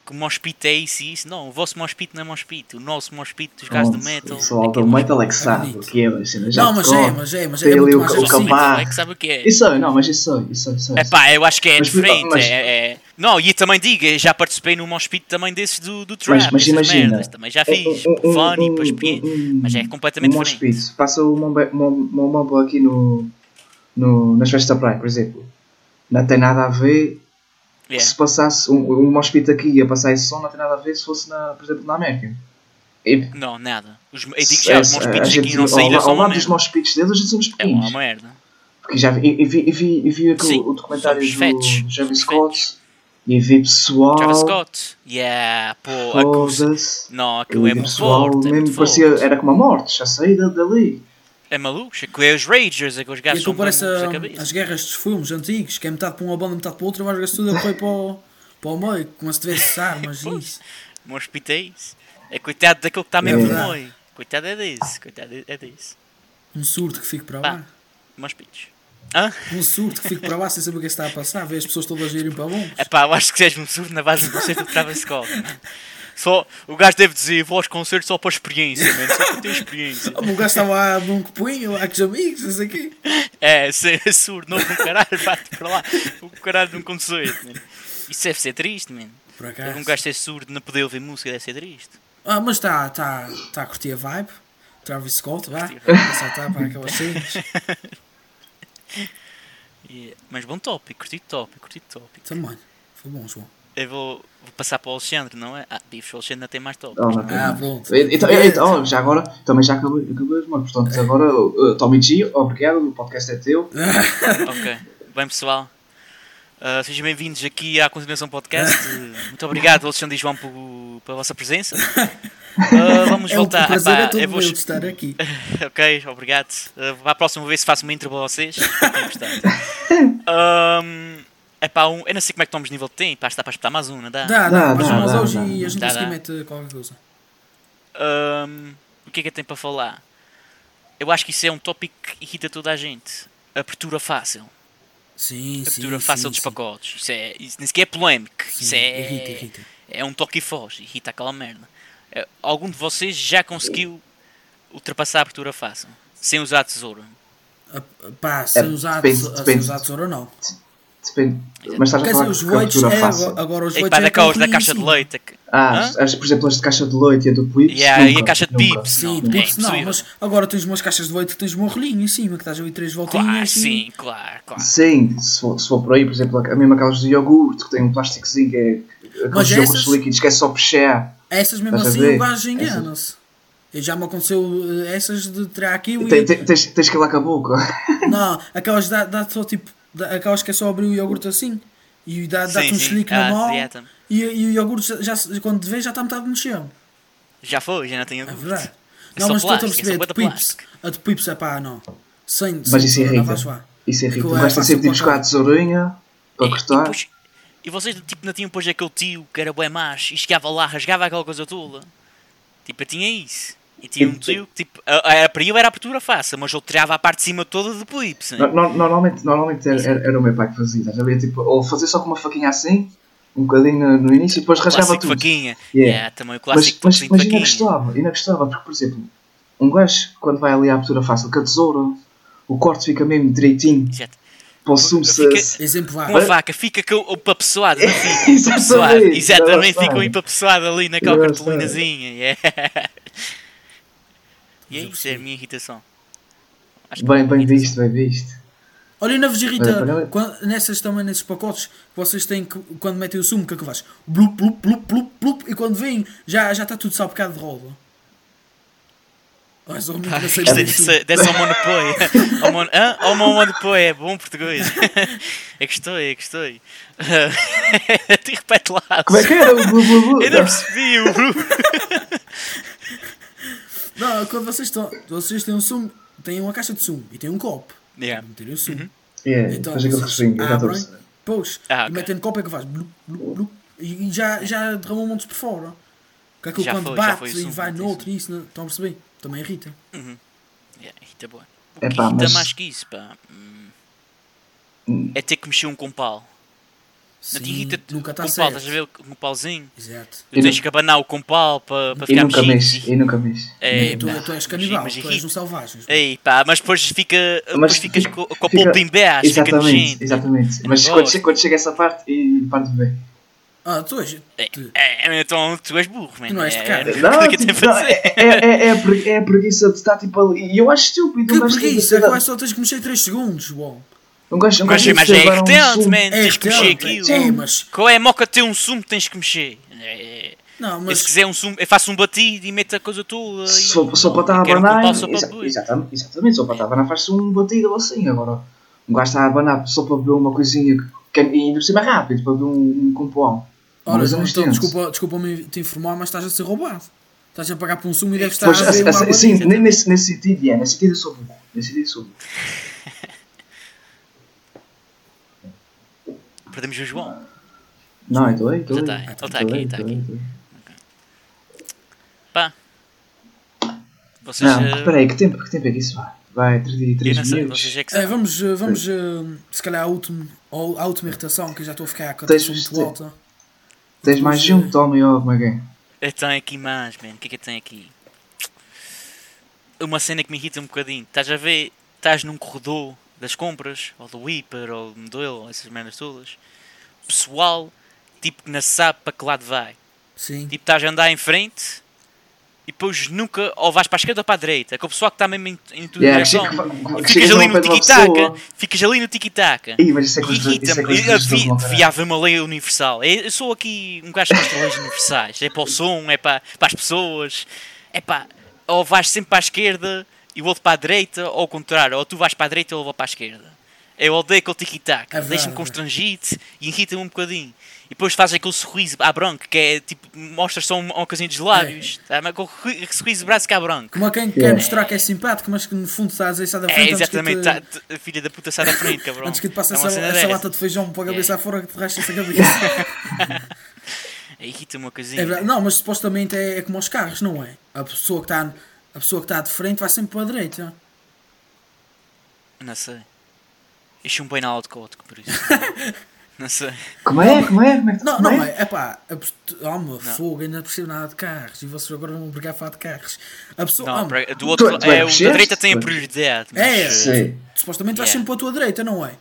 Speaker 3: que o moshpit é isso e isso. Não, o vosso moshpit não é moshpit. O nosso moshpit dos gajos do metal.
Speaker 1: Pessoal,
Speaker 3: aquele
Speaker 1: do metal é que
Speaker 2: É
Speaker 1: sabe o
Speaker 2: bonito.
Speaker 1: que é, mas cena já
Speaker 2: Não, mas
Speaker 1: tocou.
Speaker 2: é, mas é, mas é.
Speaker 1: Tem
Speaker 2: é
Speaker 1: ali
Speaker 2: muito
Speaker 1: o
Speaker 2: mais
Speaker 1: ca- o
Speaker 2: assim.
Speaker 3: moshpit,
Speaker 1: capaz.
Speaker 3: é que sabe o que é.
Speaker 1: Isso aí, não, mas isso aí, isso aí, isso aí.
Speaker 3: É pá, eu acho que é
Speaker 1: Mas-
Speaker 3: diferente.
Speaker 1: mas-
Speaker 3: é- é- Não, e também digo, eu já participei num moshpit também desses do, do trap.
Speaker 1: Mas- mas
Speaker 3: essas
Speaker 1: imagina, é
Speaker 3: merdas, também já fiz. por fun e por experiência. mas é completamente
Speaker 1: um
Speaker 3: diferente.
Speaker 1: hospício. Passa o Momba- Mom- Momombo aqui no, no, nas festas da praia, por exemplo. Não tem nada a ver que
Speaker 3: Yeah.
Speaker 1: se passasse um, um hospício aqui ia passar esse som, não tem nada a ver se fosse, na, por exemplo, na América. E,
Speaker 3: Não, nada. Os, eu É, digo já, os
Speaker 1: se-
Speaker 3: moshpits
Speaker 1: a
Speaker 3: aqui
Speaker 1: gente-
Speaker 3: não
Speaker 1: ao,
Speaker 3: saíram
Speaker 1: la-
Speaker 3: são
Speaker 1: ao
Speaker 3: uma
Speaker 1: lado dos
Speaker 3: merda.
Speaker 1: mospitos deles, a gente somos
Speaker 3: né? É uma
Speaker 1: pequenos.
Speaker 3: merda.
Speaker 1: Porque já vi, e, e vi, e vi, e vi aquele,
Speaker 3: Sim,
Speaker 1: o documentário
Speaker 3: somos
Speaker 1: do
Speaker 3: fetos, somos
Speaker 1: Travis Scott e vi pessoal.
Speaker 3: Travis Scott. Yeah,
Speaker 1: Oh,
Speaker 3: pô, a cruz.
Speaker 1: Foda-se.
Speaker 3: Não,
Speaker 1: E
Speaker 3: aquilo é
Speaker 1: vi
Speaker 3: muito
Speaker 1: pessoal,
Speaker 3: forte. É,
Speaker 1: mesmo
Speaker 3: muito
Speaker 1: parecia,
Speaker 3: forte.
Speaker 1: era como a morte, já saí da- dali.
Speaker 3: é maluco, aquilo é os Ragers, aqueles
Speaker 2: E
Speaker 3: gajos são
Speaker 2: aquilo parece
Speaker 3: malucos da
Speaker 2: ah,
Speaker 3: cabeça.
Speaker 2: as guerras dos filmes antigos, que é metade para uma banda, metade para outra, mas o resto tudo foi para o, para o meio, como se tivesse armas e isso.
Speaker 3: Moshpit é isso. É coitado daquele que está mesmo no
Speaker 2: verdade.
Speaker 3: meio. Coitado é desse, coitado é- é desse.
Speaker 2: Um surto que fico para
Speaker 3: Pá.
Speaker 2: lá.
Speaker 3: Moshpits. Hã?
Speaker 2: Um surto que fico para lá sem saber o que é que está a passar, ver as pessoas todas a irem para bons.
Speaker 3: É pá, eu acho que se és um surdo na base do concerto do Travis Scott. mano. Só, o gajo deve dizer, vou aos concertos só para experiência, mano, só para ter experiência.
Speaker 2: Ah, O gajo estava lá num copinho, lá com os amigos, não sei o quê.
Speaker 3: É, ser surdo, não com caralho, bate para lá, o caralho de um concerto, mano. Isso deve ser triste, mano.
Speaker 2: Por acaso.
Speaker 3: Um gajo ser surdo não poder ouvir música deve ser triste.
Speaker 2: Ah, mas está tá, tá a curtir a vibe. Travis Scott, vá. Só está para aquelas cenas.
Speaker 3: E- mas bom tópico, curti tópico, curti tópico.
Speaker 2: Também. Então, Foi bom, João.
Speaker 3: Eu vou, vou passar para o Alexandre, não é? Ah, bifes, o Alexandre não tem mais tópico.
Speaker 1: Oh, não tem
Speaker 2: Ah,
Speaker 1: nada.
Speaker 2: pronto.
Speaker 1: E- Então, e- então, já agora, também já acabou, acabou as mãos. Portanto,
Speaker 2: É.
Speaker 1: agora, uh, Tommy G, obrigado, o podcast é teu.
Speaker 3: Ok, bem pessoal, ah, sejam bem-vindos aqui à Continuação Podcast. Muito obrigado, Alexandre e João, por- pela vossa presença. Ah, vamos
Speaker 2: É um
Speaker 3: voltar.
Speaker 2: prazer
Speaker 3: Epá,
Speaker 2: é todo
Speaker 3: eu
Speaker 2: meu
Speaker 3: vou-
Speaker 2: de estar aqui.
Speaker 3: ok, obrigado. Ah, para a próxima vez faço uma intro para vocês. É importante. Ahm, epá, um- eu não sei como é que estamos de nível de tempo. Pá, está para espetar mais um, não dá?
Speaker 1: Dá,
Speaker 2: Dá, dá, mas
Speaker 1: dá,
Speaker 2: nós
Speaker 1: dá,
Speaker 2: hoje
Speaker 1: dá.
Speaker 2: a gente
Speaker 3: Dá,
Speaker 2: conseguir
Speaker 3: dá.
Speaker 2: mete qualquer coisa.
Speaker 3: Ahm, o que é que eu tenho para falar? Eu acho que isso é um tópico que irrita toda a gente. Apertura fácil.
Speaker 2: Sim, sim.
Speaker 3: Abertura fácil
Speaker 2: sim,
Speaker 3: dos
Speaker 2: sim.
Speaker 3: pacotes. Isso, é, isso nem sequer é polémico.
Speaker 2: Sim,
Speaker 3: isso é,
Speaker 2: irrita, irrita.
Speaker 3: é um toque e foge. Irrita aquela merda. É, Algum de vocês já conseguiu ultrapassar a abertura fácil? Sem usar a tesoura?
Speaker 2: Ah, Pá, sem
Speaker 1: É,
Speaker 2: usar
Speaker 1: depende,
Speaker 2: tesoura- sem
Speaker 1: depende.
Speaker 2: usar tesoura, não.
Speaker 1: Depende. Mas estás a falar
Speaker 2: Quer dizer,
Speaker 1: de
Speaker 2: os joelhos.
Speaker 1: captura
Speaker 2: É,
Speaker 1: fácil.
Speaker 2: agora, agora os
Speaker 3: É que
Speaker 2: joelhos.
Speaker 3: vai
Speaker 2: é
Speaker 3: da,
Speaker 2: que
Speaker 3: ca-
Speaker 2: é um
Speaker 3: da caixa de
Speaker 2: bocadinho
Speaker 3: leite. que-
Speaker 1: Ah,
Speaker 3: Hã?
Speaker 1: as, as- por exemplo, as de caixa de leite e a do Pips.
Speaker 3: Yeah, e a caixa de
Speaker 1: bips.
Speaker 2: assim.
Speaker 3: bips,
Speaker 2: Sim,
Speaker 3: não, é
Speaker 2: porque se não,
Speaker 3: impossível.
Speaker 2: mas agora tens umas caixas de leite que tens um rolinho em cima, que estás ali três voltinhas. assim.
Speaker 3: Claro,
Speaker 2: e-
Speaker 3: sim, claro, claro.
Speaker 1: Sim, se for, se for por aí, por exemplo, a mesma aquelas de iogurte que tem um plásticozinho que é aqueles
Speaker 2: Mas
Speaker 1: iogurtes
Speaker 2: essas-
Speaker 1: líquidos que é só puxar.
Speaker 2: Essas mesmo
Speaker 1: Estás a
Speaker 2: assim
Speaker 1: ver?
Speaker 2: o gajo engana-se. E Já me aconteceu eh, essas de tirar aqui e.
Speaker 1: Tem- tem- Tens, tens que ir lá com a boca.
Speaker 2: Não, aquelas dá, dá só tipo. dá- aquelas que é só abrir o iogurte assim. E dá-
Speaker 3: Sim,
Speaker 2: dá-te um
Speaker 3: sim.
Speaker 2: slick
Speaker 3: Ah,
Speaker 2: na mão.
Speaker 3: dieta.
Speaker 2: E, e o iogurte, já- já, se- quando te vês, já está metade de mexer.
Speaker 3: Já foi, já não tenho
Speaker 2: É
Speaker 3: gosto.
Speaker 2: verdade.
Speaker 3: É
Speaker 2: não,
Speaker 3: só
Speaker 2: mas estou a
Speaker 3: plástico, é só
Speaker 2: perceber. A
Speaker 3: bué
Speaker 2: de
Speaker 3: de
Speaker 2: pips. A de pips é pá, não. Sem, sem
Speaker 1: Mas isso
Speaker 2: tesoura, não vais
Speaker 1: irrita.
Speaker 2: lá.
Speaker 1: Isso irrita.
Speaker 2: Aquilo é
Speaker 1: Mas tem
Speaker 2: fácil
Speaker 1: sempre de ir
Speaker 2: para
Speaker 1: buscar a tesourinha
Speaker 3: E-
Speaker 1: para
Speaker 3: É, e
Speaker 1: cortar.
Speaker 3: depois- E vocês tipo, não tinham depois aquele tio que era bué macho e chegava lá, rasgava aquela coisa toda? Tipo, eu tinha isso. E tinha um tio que, tipo, a- a- para ele era a apertura fácil, mas ele tirava a parte de né? cima toda do pips.
Speaker 1: No- no- Normalmente, normalmente era, era- era o meu pai que fazia, estás a ver? Tipo, ou fazia só com uma faquinha assim, um bocadinho no início e depois rasgava
Speaker 3: Clássico
Speaker 1: tudo.
Speaker 3: faquinha.
Speaker 1: Yeah.
Speaker 3: Yeah, também o
Speaker 1: Mas,
Speaker 3: clássico
Speaker 1: mas,
Speaker 3: toquezinho
Speaker 1: mas
Speaker 3: de
Speaker 1: ainda
Speaker 3: faquinha.
Speaker 1: gostava, ainda gostava, porque, por exemplo, um gajo, quando vai ali à abertura fácil com a tesoura, o corte fica mesmo direitinho um
Speaker 3: Exato.
Speaker 1: para o sumo
Speaker 3: Fica-
Speaker 1: se-
Speaker 2: Exemplar.
Speaker 3: Com a faca, fica com o papessoado, não fica? Pessoado,
Speaker 1: Exatamente,
Speaker 3: exatamente,
Speaker 1: já lá
Speaker 3: fica o
Speaker 1: está.
Speaker 3: empapessoado ali naquela
Speaker 1: Já lá
Speaker 3: cartolinazinha. yeah. E é isso, é a minha irritação. Acho que é
Speaker 1: Bem,
Speaker 3: uma
Speaker 1: bem
Speaker 3: irritação.
Speaker 1: visto, bem visto.
Speaker 2: Olha,
Speaker 1: Olha, olha,
Speaker 2: na
Speaker 1: olha.
Speaker 2: Vegirita, quando- nessas também, nesses pacotes, que vocês têm que, quando metem o sumo, o que é que vais? Blup, blup, blup, blup, blup, e quando vêm, já, já está tudo salpicado de rola. Mas, homem, não sei é assim.
Speaker 3: Gostei
Speaker 2: dizer isso.
Speaker 3: dessa, dessa homonopoia. Homon, hã? Homonopoia, é bom português. É Eu gostei, eu gostei. Ah, Te repete lá.
Speaker 1: Como é que é? era? Blu, blu, blu.
Speaker 3: Eu não percebi o Bru.
Speaker 2: é Não, quando vocês estão, vocês têm um sumo, têm uma caixa de sumo e têm um copo.
Speaker 3: Yeah. Uhum.
Speaker 2: meter o sumo.
Speaker 1: É,
Speaker 2: Então,
Speaker 1: faz aquele
Speaker 2: vocês
Speaker 1: focinho, já estou a
Speaker 2: abrem,
Speaker 1: perceber.
Speaker 2: pôs,
Speaker 3: Ah,
Speaker 2: e
Speaker 3: ok.
Speaker 2: metem no copo é que faz blu, blu, blu, e e já, já derramou montes por fora. Que é aquilo
Speaker 3: Já
Speaker 2: quando
Speaker 3: foi, já
Speaker 2: bate
Speaker 3: foi
Speaker 2: e
Speaker 3: isso,
Speaker 2: vai
Speaker 3: muito
Speaker 2: no outro e isso, não- estão a perceber? Também irrita.
Speaker 3: Yeah, irrita boa. O
Speaker 1: É
Speaker 3: que
Speaker 1: pá,
Speaker 3: irrita
Speaker 1: mas-
Speaker 3: mais que isso, pá. hum, É ter que mexer um compal. Não te
Speaker 2: Sim,
Speaker 3: irrita
Speaker 2: nunca está
Speaker 3: compal,
Speaker 2: certo.
Speaker 3: estás a ver um pauzinho?
Speaker 2: Exato.
Speaker 3: Tu
Speaker 1: E
Speaker 3: tens
Speaker 1: nu-
Speaker 3: que abanar o compal para
Speaker 1: E
Speaker 3: ficar
Speaker 1: nunca
Speaker 3: mexido.
Speaker 1: mexe, e nunca mexe.
Speaker 3: É,
Speaker 2: tu,
Speaker 3: pá,
Speaker 2: tu és
Speaker 3: mas-
Speaker 2: canibal,
Speaker 3: mas
Speaker 2: tu és
Speaker 3: irrita. É.
Speaker 2: um selvagem.
Speaker 3: Ei, pá, mas depois fica. depois ficas co- com, a
Speaker 1: fica-
Speaker 3: polpa em baixo, fica É
Speaker 1: Exatamente,
Speaker 3: nojento.
Speaker 1: exatamente.
Speaker 3: Eu
Speaker 1: Mas
Speaker 3: não
Speaker 1: quando,
Speaker 3: gosto.
Speaker 1: che- quando chega essa parte, e parte bem.
Speaker 2: Ah, tu és. tu-
Speaker 3: É, então tu és burro, mano.
Speaker 2: não és de
Speaker 3: é,
Speaker 2: cá.
Speaker 3: é,
Speaker 1: Não,
Speaker 3: o que eu tenho
Speaker 1: tipo,
Speaker 3: para
Speaker 1: não,
Speaker 3: dizer.
Speaker 1: é, é, é, é a pre- é a preguiça de estar tipo ali. E eu acho estúpido.
Speaker 2: Que
Speaker 1: um gajo tem
Speaker 2: preguiça,
Speaker 1: ser-
Speaker 2: agora só tens que mexer 3 segundos, João.
Speaker 1: Um gajo, um gajo
Speaker 3: Mas,
Speaker 1: tem que
Speaker 3: mas
Speaker 1: ser
Speaker 3: é
Speaker 1: agora um
Speaker 3: irritante,
Speaker 1: sumo.
Speaker 3: man. Tens que mexer
Speaker 2: irritante,
Speaker 3: aquilo.
Speaker 2: É, mas.
Speaker 3: Qual é a moca de ter um sumo que tens que mexer? É,
Speaker 2: Não,
Speaker 3: Se
Speaker 2: mas.
Speaker 3: quiser um sumo, eu faço um batido e meto a coisa toda. e-
Speaker 1: Só, só para estar a
Speaker 3: quero um
Speaker 1: abanar.
Speaker 3: compal só para
Speaker 1: exa-
Speaker 3: beber.
Speaker 1: exatamente, exatamente, só para estar a abanar faz-se um batido assim. Agora, um gajo está a abanar só para beber uma coisinha que, que, e ainda por cima é rápido, para beber um, é um compão. Uma
Speaker 2: Ora,
Speaker 1: coisa
Speaker 2: João,
Speaker 1: mais
Speaker 2: então,
Speaker 1: tensa.
Speaker 2: desculpa, desculpa-me te informar, mas estás a ser roubado. Estás a pagar por um sumo e deves estar
Speaker 1: Pois,
Speaker 2: a ver
Speaker 1: a-
Speaker 2: uma
Speaker 1: a- sim,
Speaker 2: abanita.
Speaker 1: nem nesse, nesse sentido, é, nesse sentido eu sou burro. Nesse sentido eu sou burro.
Speaker 3: Perdemos o João.
Speaker 1: Não, eu estou aí, estou
Speaker 3: Já
Speaker 1: aí.
Speaker 3: tá, ele tá
Speaker 1: Estou aí,
Speaker 3: aqui, tá
Speaker 1: estou aí,
Speaker 3: aqui.
Speaker 1: estou aí.
Speaker 3: Pá. Vocês.
Speaker 1: Não,
Speaker 3: eh,
Speaker 1: espera aí, que tempo, que tempo é que isso vai? Vai, 3,
Speaker 3: eu
Speaker 1: 3
Speaker 3: não sei, vocês
Speaker 1: minutos.
Speaker 3: é que
Speaker 2: É,
Speaker 3: sabem.
Speaker 2: vamos, eh, vamos eh, se calhar, à última, ao- à última irritação, que eu já estou a ficar com a
Speaker 1: Tens-
Speaker 2: atenção muito
Speaker 1: tens-
Speaker 2: alta.
Speaker 1: Tens mais
Speaker 2: Vamos,
Speaker 1: um,
Speaker 2: eh,
Speaker 1: Tommy ou alguém?
Speaker 3: Eu tenho aqui mais, man. O que é que eu tenho aqui? Uma cena que me irrita um bocadinho. Estás a ver? Estás num corredor das compras, ou do Hiper, ou do Modelo, ou essas merdas todas. Pessoal, tipo, que não sabe para que lado vai.
Speaker 2: Sim.
Speaker 3: Tipo, estás a andar em frente e depois nunca, ou vais para a esquerda ou para a direita. É com o pessoal que está mesmo em, em tua
Speaker 1: Yeah,
Speaker 3: direção.
Speaker 1: que chega- que-
Speaker 3: E
Speaker 1: que
Speaker 3: é ficas
Speaker 1: chegas
Speaker 3: ali
Speaker 1: ao
Speaker 3: no
Speaker 1: pé de uma
Speaker 3: tiki-taka.
Speaker 1: pessoa.
Speaker 3: Ficas ali no tiki-taka.
Speaker 1: Ih, mas isso é coisa isso é
Speaker 3: Irrita-me.
Speaker 1: coisa
Speaker 3: Eu
Speaker 1: dos dois,
Speaker 3: devia-
Speaker 1: não,
Speaker 3: Devia
Speaker 1: caralho.
Speaker 3: haver uma lei universal. É, Eu eu sou aqui um gajo das leis universais. É para o som, é para, para as pessoas. É para. Ou vais sempre para a esquerda e o outro para a direita, ou ao contrário. Ou tu vais para a direita e eu vou para a esquerda. Eu odeio aquele tic-tac.
Speaker 2: É verdade, é
Speaker 3: Deixa-me
Speaker 2: verdade.
Speaker 3: constrangido e irrita-me um bocadinho. E depois faz aquele sorriso à branca, que é tipo, mostras só uma ocasião dos lábios.
Speaker 2: É.
Speaker 3: Tá? Mas com aquele sorriso de braço cá branco.
Speaker 2: Como a quem quer
Speaker 1: Yeah.
Speaker 2: mostrar que é simpático, mas que no fundo está a dizer sai da
Speaker 3: É
Speaker 2: frente antes que
Speaker 3: exatamente,
Speaker 2: te-
Speaker 3: tá, t- filha da puta sai da frente, cabrão.
Speaker 2: Antes que te passe
Speaker 3: É uma
Speaker 2: essa,
Speaker 3: cena É.
Speaker 2: essa
Speaker 3: dessas.
Speaker 2: lata de feijão para a cabeça fora que te racha essa cabeça.
Speaker 3: Irrita-me um uma
Speaker 2: é
Speaker 3: coisinha.
Speaker 2: verdade. Não, mas supostamente é, é como aos carros, não é? A pessoa, que está, a pessoa que está de frente vai sempre para a direita.
Speaker 3: Não sei. Eu chumpei na aula de código, por isso. não sei.
Speaker 1: Como é? Como é? Como é?
Speaker 2: Não,
Speaker 1: Como
Speaker 2: não
Speaker 1: é?
Speaker 2: é? É pá, a pes- alma, fogo, ainda não percebo nada de carros e vocês agora vão brigar a falar de carros. A pessoa,
Speaker 3: Não,
Speaker 2: alma,
Speaker 3: pra- do outro
Speaker 1: tu- tu
Speaker 3: é,
Speaker 1: é
Speaker 3: o
Speaker 1: cresceste?
Speaker 3: da direita tem a
Speaker 1: Tu-
Speaker 3: prioridade. Mas,
Speaker 2: é,
Speaker 3: eh,
Speaker 1: Sim.
Speaker 2: supostamente vai
Speaker 3: Yeah.
Speaker 2: sempre para a tua direita, não é?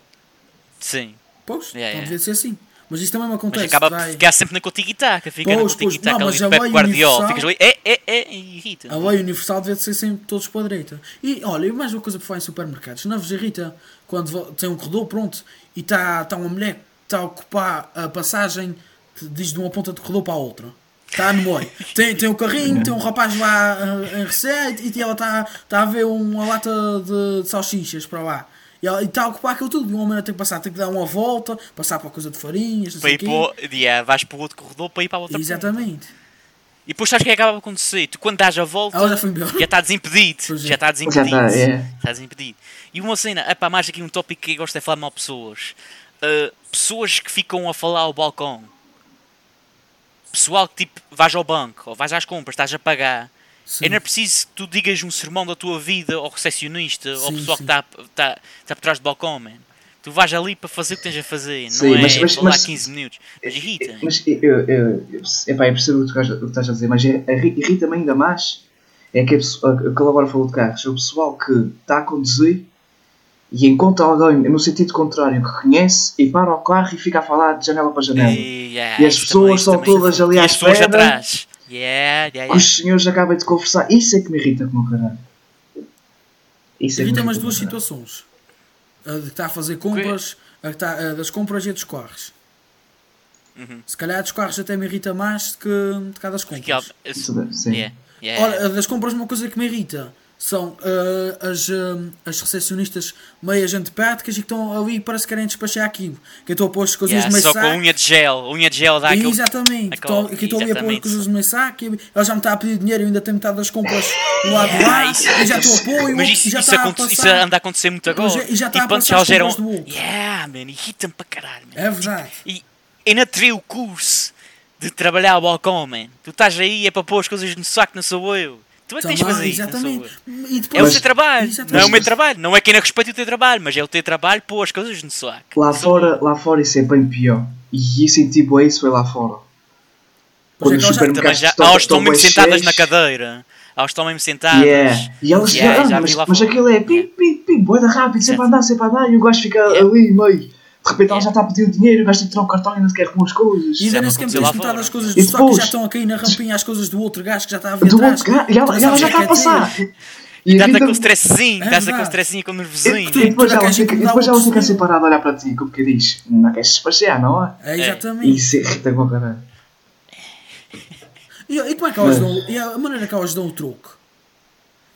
Speaker 3: Sim.
Speaker 2: Pois,
Speaker 3: Yeah,
Speaker 2: não
Speaker 3: yeah.
Speaker 2: devia ser assim. Mas isso também me
Speaker 3: Mas
Speaker 2: acontece.
Speaker 3: acaba por
Speaker 2: vai-
Speaker 3: ficar sempre na contigo-taca. Fica
Speaker 2: Pois,
Speaker 3: na
Speaker 2: pois. Não,
Speaker 3: contigo-taca ali
Speaker 2: mas
Speaker 3: do
Speaker 2: a
Speaker 3: Pepe
Speaker 2: lei
Speaker 3: Guardiola.
Speaker 2: universal-
Speaker 3: Ficas ali, é, é, é, e irrita.
Speaker 2: A lei universal devia ser sempre todos para a direita. E olha, e mais uma coisa para falar em supermercados. Não vos irrita quando vo- tem um corredor pronto e está tá uma mulher que está a ocupar a passagem de- diz de uma ponta de corredor para a outra. Está no meio. Tem, tem um carrinho, tem um rapaz lá ah, em receita e ela está tá a ver uma lata de, de salsichas para lá. E ela- e está a ocupar aquilo tudo. E uma mulher tem que passar, tem que dar uma volta, passar para a coisa de farinhas, não
Speaker 3: Para
Speaker 2: sei
Speaker 3: ir
Speaker 2: o quê.
Speaker 3: para o, yeah, vais para o outro corredor para ir para a outra ponta.
Speaker 2: Exatamente.
Speaker 3: E depois sabes o que é que acaba por acontecer? Tu quando dás a volta,
Speaker 2: Ela já foi embora.
Speaker 3: já está desimpedido.
Speaker 2: Pois é.
Speaker 3: Já está desimpedido.
Speaker 1: Já está, é.
Speaker 3: Está desimpedido. E uma cena, epá, mais aqui um tópico que eu gosto é falar mal de pessoas. Uh, pessoas que ficam a falar ao balcão. Pessoal que tipo, vais ao banco, ou vais às compras, estás a pagar.
Speaker 2: Sim.
Speaker 3: É não é preciso que tu digas um sermão da tua vida ao recepcionista, ao
Speaker 2: Sim,
Speaker 3: pessoal que
Speaker 2: sim.
Speaker 3: está tá, tá por trás do balcão, man. Tu vais ali para fazer o que tens a fazer, não
Speaker 1: Sim,
Speaker 3: é
Speaker 1: mas- mas-
Speaker 3: falar
Speaker 1: mas-
Speaker 3: 15 minutos. Mas irrita.
Speaker 1: É,
Speaker 3: man.
Speaker 1: Mas eu, eu, eu, epá, eu percebo o que tu estás- o que estás a dizer, mas é- é- irrita-me ainda mais. É que a pessoa, que ele agora falou de carros, é o pessoal que está a conduzir e encontra alguém no sentido contrário que conhece e para o carro e fica a falar de janela para janela.
Speaker 3: E, yeah,
Speaker 1: E as
Speaker 3: isso
Speaker 1: pessoas
Speaker 3: isso
Speaker 1: são todas ali
Speaker 3: E
Speaker 1: à
Speaker 3: as pessoas
Speaker 1: espera.
Speaker 3: atrás. Yeah, yeah,
Speaker 1: Que
Speaker 3: yeah.
Speaker 1: os senhores acabam de conversar, isso é que me irrita como caralho. Isso é que me
Speaker 2: Evita-me as
Speaker 1: irrita
Speaker 2: duas
Speaker 1: como caralho.
Speaker 2: situações. A de que está a fazer compras, a que está, a das compras e a dos corres. Se calhar a dos carros até me irrita mais do que, do que a das compras.
Speaker 3: Uhum. Porque, ó, eu- É.
Speaker 1: Isso deve- Sim.
Speaker 3: yeah, yeah.
Speaker 2: Olha, a das compras uma coisa que me irrita são ah, as, ah, as recepcionistas meio antipáticas e que estão ali parece que querem despachar aquilo. Que eu estou a pôr as coisinhas
Speaker 3: Yeah,
Speaker 2: meio
Speaker 3: só com
Speaker 2: saco.
Speaker 3: unha de gel, unha de gel dá aquele...
Speaker 2: Exatamente,
Speaker 3: aquele-
Speaker 2: que estou ali a pôr
Speaker 3: exatamente.
Speaker 2: coisas no meu saco, e ela já me está a pedir dinheiro, eu ainda tenho metade das compras do lado de lá, eu já estou a pôr, e o
Speaker 3: Mas
Speaker 2: outro
Speaker 3: isso,
Speaker 2: já
Speaker 3: isso,
Speaker 2: está a
Speaker 3: aconte- isso é-
Speaker 2: passar.
Speaker 3: anda a acontecer muito agora.
Speaker 2: já- e já está a
Speaker 3: pronto,
Speaker 2: passar
Speaker 3: já
Speaker 2: as
Speaker 3: geram.
Speaker 2: compras do outro.
Speaker 3: Yeah, man, irrita-me para caralho, man.
Speaker 2: É verdade.
Speaker 3: E ainda tirei o curso de trabalhar ao balcão, man. Tu estás aí é para pôr as coisas no saco, não sou eu. Tu é que tens de fazer
Speaker 2: Também,
Speaker 3: isso, não sou eu.
Speaker 2: Então exatamente. E
Speaker 3: É
Speaker 2: depois,
Speaker 3: o teu trabalho, não é o meu
Speaker 2: Exatamente.
Speaker 3: trabalho. Não é que ainda respeito o teu trabalho, mas é o teu trabalho pôr as coisas no saco.
Speaker 1: Lá fora, lá fora isso é bem pior. E isso em tipo é isso foi lá fora. Quando
Speaker 2: é
Speaker 1: os
Speaker 2: que elas já-
Speaker 3: Também
Speaker 1: supermercados
Speaker 3: já,
Speaker 1: ah, estão-
Speaker 3: há os que estão mesmo
Speaker 1: bué
Speaker 3: sentadas na
Speaker 1: cheios.
Speaker 3: cadeira. Há os que estão mesmo sentadas.
Speaker 1: Yeah. E elas
Speaker 3: Yeah,
Speaker 1: ah,
Speaker 3: já
Speaker 1: mas,
Speaker 3: vi lá
Speaker 1: mas
Speaker 3: fora.
Speaker 1: aquilo é pic, pic, pic, boeda rápido, sempre a andar, sempre a andar, e o gajo fica
Speaker 3: Yeah.
Speaker 1: ali meio. De repente ela
Speaker 3: Yeah.
Speaker 1: já está a pedir o dinheiro, o gajo tem que tirar o cartão e não sequer arrumou as coisas.
Speaker 2: E ainda
Speaker 3: Isso
Speaker 2: nem sequer
Speaker 3: é uma
Speaker 2: tens
Speaker 3: coisa lá
Speaker 2: metade
Speaker 3: fora.
Speaker 2: das coisas
Speaker 1: E
Speaker 2: do saco e já
Speaker 1: depois-
Speaker 2: estão a cair na rampinha as coisas do outro gajo que já está a vir
Speaker 1: Do
Speaker 2: atrás.
Speaker 1: outro gajo, e ela,
Speaker 2: Tu
Speaker 1: e ela já
Speaker 2: sabes
Speaker 1: está a
Speaker 2: o que é que é
Speaker 1: passar.
Speaker 2: ter.
Speaker 1: E,
Speaker 3: Dá-te
Speaker 1: ainda-
Speaker 3: aquele stressezinho,
Speaker 2: É
Speaker 3: dá-te aquele
Speaker 2: verdade.
Speaker 3: stressinho com os
Speaker 1: e,
Speaker 3: vizinhos.
Speaker 2: tu-
Speaker 1: depois
Speaker 2: tu já
Speaker 1: ela
Speaker 2: queres
Speaker 1: fica, e
Speaker 2: incomodar
Speaker 1: depois
Speaker 2: o
Speaker 1: ela
Speaker 2: outro
Speaker 1: fica
Speaker 2: senhor.
Speaker 1: sempre parada a olhar para ti, como que diz, não queres despachar, não é?
Speaker 2: É,
Speaker 1: E
Speaker 2: exatamente.
Speaker 1: isso irrita com caralho.
Speaker 2: E, e como é que elas dão. E a maneira que elas dão o truque?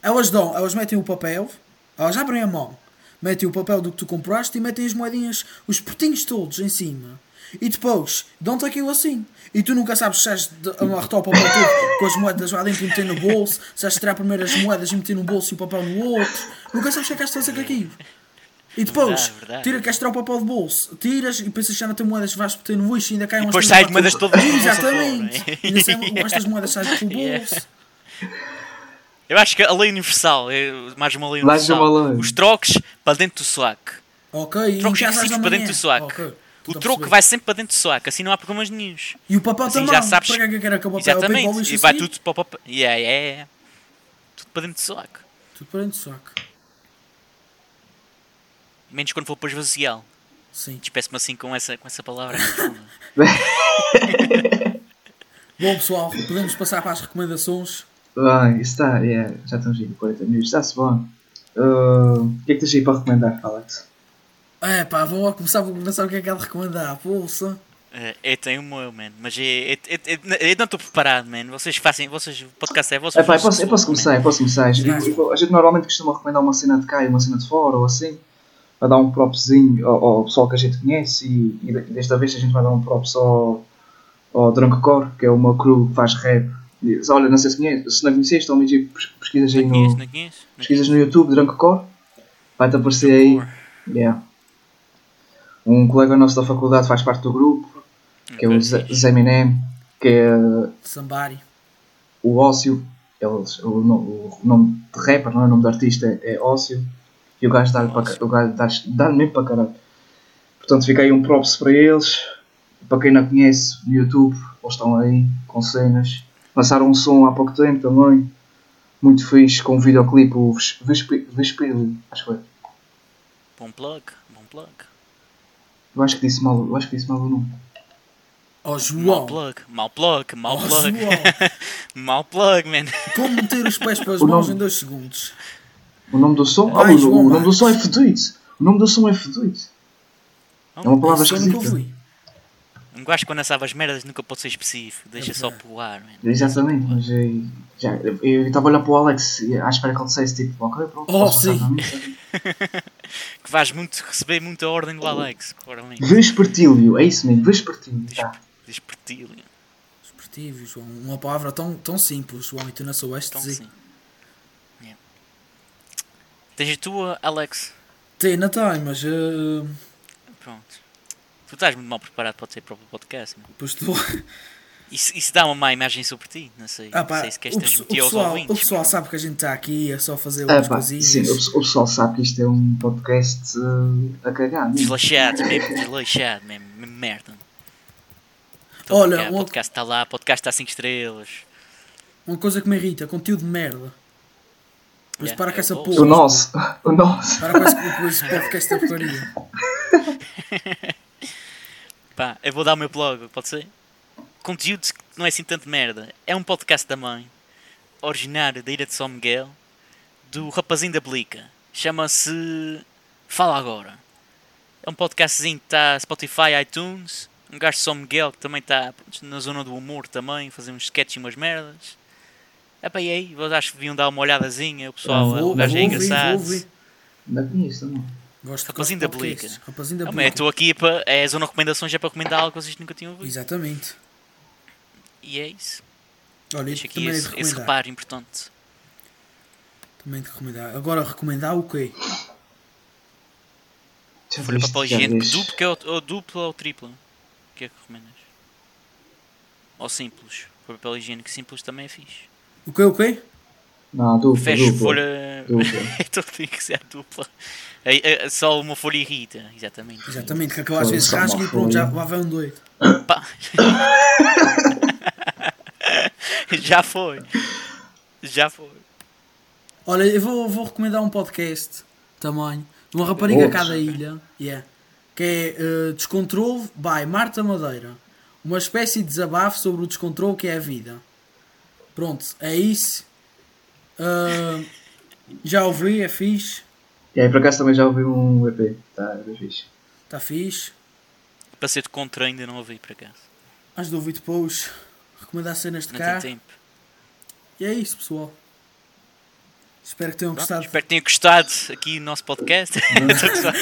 Speaker 2: Elas dão, elas metem o papel, elas abrem a mão, metem o papel do que tu compraste e metem as moedinhas, os potinhos todos em cima. E depois dão-te aquilo assim. E tu nunca sabes se és de amarretar o papel todo com as moedas lá dentro e meter no bolso, se és tirar primeiro as moedas e meter no bolso e o papel no outro. Nunca sabes o que é que és de fazer com aquilo. E depois,
Speaker 3: Verdade, verdade.
Speaker 2: tira, queres tirar o papel do bolso, tiras e pensas que já não tem moedas, vais meter no lixo e ainda caem umas
Speaker 3: depois
Speaker 2: três
Speaker 3: sai
Speaker 2: ou
Speaker 3: de
Speaker 2: quatro.
Speaker 3: moedas todas do bolso é?
Speaker 2: Exatamente.
Speaker 3: fora.
Speaker 2: Ainda saem estas moedas saem pelo bolso.
Speaker 3: Eu acho que a lei universal, é mais uma lei
Speaker 1: Mais
Speaker 3: universal.
Speaker 1: uma lei.
Speaker 3: Os troques para dentro do saco.
Speaker 2: Ok, e
Speaker 3: Trocos
Speaker 2: em casa às
Speaker 3: sempre
Speaker 2: da
Speaker 3: para
Speaker 2: manhã.
Speaker 3: dentro do saco.
Speaker 2: Ok,
Speaker 3: O
Speaker 2: estou a
Speaker 3: troco
Speaker 2: perceber.
Speaker 3: vai sempre para dentro do saco, assim não há problemas nenhuns.
Speaker 2: E o papel
Speaker 3: Assim
Speaker 2: também.
Speaker 3: já sabes.
Speaker 2: Para que é que eu quero acabar o papel? Eu pego o
Speaker 3: Exatamente.
Speaker 2: lixo
Speaker 3: E vai
Speaker 2: assim,
Speaker 3: tudo para o papel. Yeah, yeah, yeah. Tudo para dentro do saco.
Speaker 2: Tudo para dentro do saco.
Speaker 3: Menos quando for para esvaziá-lo.
Speaker 2: Sim.
Speaker 3: Despeço-me assim com essa, com essa palavra.
Speaker 2: Bom, pessoal, podemos passar para as recomendações.
Speaker 1: Bem, isso está, yeah, já estamos aí com 40 minutos, está-se bom. Ah, O que é que tens aí para recomendar, Alex?
Speaker 2: É pá, vou lá começar vou pensar o que é que há de recomendar. Bolsa.
Speaker 3: Eh, eu tenho o meu, man. Mas é, eu, eu, eu, eu- eu não estou preparado, man. Vocês fazem. Vocês, o podcast é vosso.
Speaker 1: Epá, eu,
Speaker 3: vocês-
Speaker 1: posso, eu posso começar, eu posso começar. Eu-
Speaker 2: Vai.
Speaker 1: eu- a gente normalmente costuma recomendar uma cena de cá e uma cena de fora, ou assim, para dar um propzinho ao, ao pessoal que a gente conhece. E, e desta vez a gente vai dar um prop só ao Drunkcore, que é uma crew que faz rap. E, olha, não sei se conheces, se não conheceste, ao menos aí pes- pesquisas aí
Speaker 3: Não conheço,
Speaker 1: no,
Speaker 3: não conheço. Não
Speaker 1: pesquisas no YouTube, Drunkcore, vai-te aparecer aí.
Speaker 3: conheço.
Speaker 1: Yeah. Um colega nosso da faculdade faz parte do grupo, que é o
Speaker 3: Ok.
Speaker 1: Z- Zeminem, que é
Speaker 2: Sambari.
Speaker 1: o Ócio, eles, o, no- o nome de rapper, não é? o nome de artista é Ócio, e o gajo dá-lhe para ca- o gajo dá- dá-lhe mesmo para caralho. Portanto, fica aí um props para eles. Para quem não conhece, no YouTube, eles estão aí com cenas. Lançaram um som há pouco tempo também, muito fixe, com um videoclipe, o Ves- Vespi- Vespili, acho que foi.
Speaker 3: Bom plug, bom plug.
Speaker 1: Eu acho que disse mal, eu acho que disse mal o nome.
Speaker 2: Ó
Speaker 3: Mal
Speaker 2: João.
Speaker 3: plug, mal plug, mal
Speaker 2: Ó
Speaker 3: plug.
Speaker 2: João.
Speaker 3: Mal plug, man.
Speaker 2: Como meter os pés pelas
Speaker 1: O
Speaker 2: mãos
Speaker 1: nome.
Speaker 2: em dois segundos.
Speaker 1: O nome do som?
Speaker 2: Ai,
Speaker 1: Ah, o-
Speaker 2: João
Speaker 1: o, nome do
Speaker 2: Marcos.
Speaker 1: som é Feduit. O nome do som é Feduit. É uma palavra
Speaker 2: Isso eu nunca
Speaker 1: esquisita.
Speaker 2: ouvi.
Speaker 3: Um gajo quando assava as merdas nunca pode ser específico. Deixa só pular, man.
Speaker 1: Exatamente, mas eh, já, eu- eu estava a olhar para o Alex e à espera que ele dissesse tipo, ok, pronto,
Speaker 2: Oh,
Speaker 1: posso passar
Speaker 2: sim.
Speaker 1: para mim.
Speaker 3: Que vais muito receber muita ordem do Alex, claramente.
Speaker 1: Vespertílio, é isso mesmo, Vespertílio. Tá.
Speaker 3: Despertilho.
Speaker 2: Esportivo, João. Uma palavra tão, tão simples, João, e tu não soubeste
Speaker 3: Então
Speaker 2: dizer.
Speaker 3: sim. Yeah. Tens a tua, Alex?
Speaker 2: Tem, não tem, mas. eh,
Speaker 3: Pronto. Tu estás muito mal preparado para o teu próprio podcast, man.
Speaker 2: pois tu.
Speaker 3: Isso, isso dá uma má imagem sobre ti, não sei.
Speaker 2: Ah,
Speaker 3: não
Speaker 2: pá,
Speaker 3: sei se queres
Speaker 2: o, pesso- o
Speaker 3: transmitir aos
Speaker 2: pessoal,
Speaker 3: ouvintes.
Speaker 2: o pessoal
Speaker 3: mas-
Speaker 2: sabe que a gente está aqui, é só fazer
Speaker 1: Ah,
Speaker 2: umas
Speaker 1: pá,
Speaker 2: coisinhas.
Speaker 1: sim, o, pessoal- o pessoal sabe que isto é um podcast eh, a cagar. não é?
Speaker 3: Desleixado mesmo, desleixado mesmo, mesmo merda. Então,
Speaker 2: Olha,
Speaker 3: cá, o
Speaker 2: uma-
Speaker 3: podcast está lá, o podcast está 5 estrelas.
Speaker 2: Uma coisa que me irrita, conteúdo de merda. Mas
Speaker 3: Yeah,
Speaker 2: para com
Speaker 3: é
Speaker 2: essa
Speaker 3: bom.
Speaker 1: O
Speaker 2: porra.
Speaker 1: nosso, o nosso.
Speaker 2: Para com esse, com esse podcast da porcaria.
Speaker 3: Pá, eu vou dar o meu plug, pode ser? Conteúdo que não é assim tanto merda. É um podcast da mãe, originário da Ilha de São Miguel, do rapazinho da Blica. Chama-se Fala Agora. É um podcastzinho que está Spotify, iTunes. Um tá, gajo de São Miguel que também está pronto, na zona do humor também, fazer uns sketches e umas merdas. Epá, e aí? Vocês acho que deviam dar uma olhadazinha. O pessoal,
Speaker 2: Ah,
Speaker 3: o gajo é engraçado.
Speaker 1: Ainda conheço também.
Speaker 2: Gosto gosto
Speaker 3: Rapazinho da né?
Speaker 2: de
Speaker 3: É
Speaker 2: podcasts.
Speaker 3: Blica.
Speaker 2: Rapazinho da
Speaker 3: Não, Ah, mas eu
Speaker 2: Blica.
Speaker 3: estou aqui para. É a zona de recomendações, é para recomendar algo que vocês nunca tinham ouvido.
Speaker 2: Exatamente.
Speaker 3: E é isso.
Speaker 2: Olha, eu
Speaker 3: Deixa aqui
Speaker 2: também é
Speaker 3: esse,
Speaker 2: recomendar.
Speaker 3: esse reparo importante.
Speaker 2: Também é de recomendar. Agora, recomendar o quê?
Speaker 1: Já
Speaker 3: Folha de
Speaker 1: viste,
Speaker 3: papel
Speaker 1: já
Speaker 3: higiênico
Speaker 1: viste.
Speaker 3: duplo, que é o, ou duplo ou triplo. O que é que recomendas? Ou simples. Folha de papel higiênico simples também é fixe.
Speaker 2: O quê, o quê?
Speaker 1: Não, duplo,
Speaker 3: Fecho
Speaker 1: duplo.
Speaker 3: folha.
Speaker 1: Dupla.
Speaker 3: Estou a dizer que se é dupla. É- é só uma folha irrita, exatamente.
Speaker 2: Exatamente, que aquela às
Speaker 1: Foi
Speaker 2: vezes
Speaker 1: só uma
Speaker 2: rasga e pronto, já,
Speaker 1: folha.
Speaker 2: lá vai um doido.
Speaker 3: Pá. Já foi. Já foi.
Speaker 2: Olha, eu vou, vou recomendar um podcast também, de uma rapariga a
Speaker 1: Outro.
Speaker 2: cada ilha, yeah, que é eh, Descontrole by Marta Madeira. Uma espécie de desabafo sobre o descontrole que é a vida. Pronto, é isso. Ah, já ouvi, é fixe.
Speaker 1: E aí, por acaso, também já ouvi um EP. Tá, bem fixe.
Speaker 2: Está fixe.
Speaker 3: Para ser de contra ainda não ouvi por acaso.
Speaker 2: Mas de ouvir depois. Recomendar cenas de
Speaker 3: Não
Speaker 2: cá.
Speaker 3: tem tempo.
Speaker 2: E é isso, pessoal. Espero que tenham
Speaker 3: Pronto,
Speaker 2: gostado.
Speaker 3: Espero que tenham gostado aqui do nosso podcast. Estou a gostar.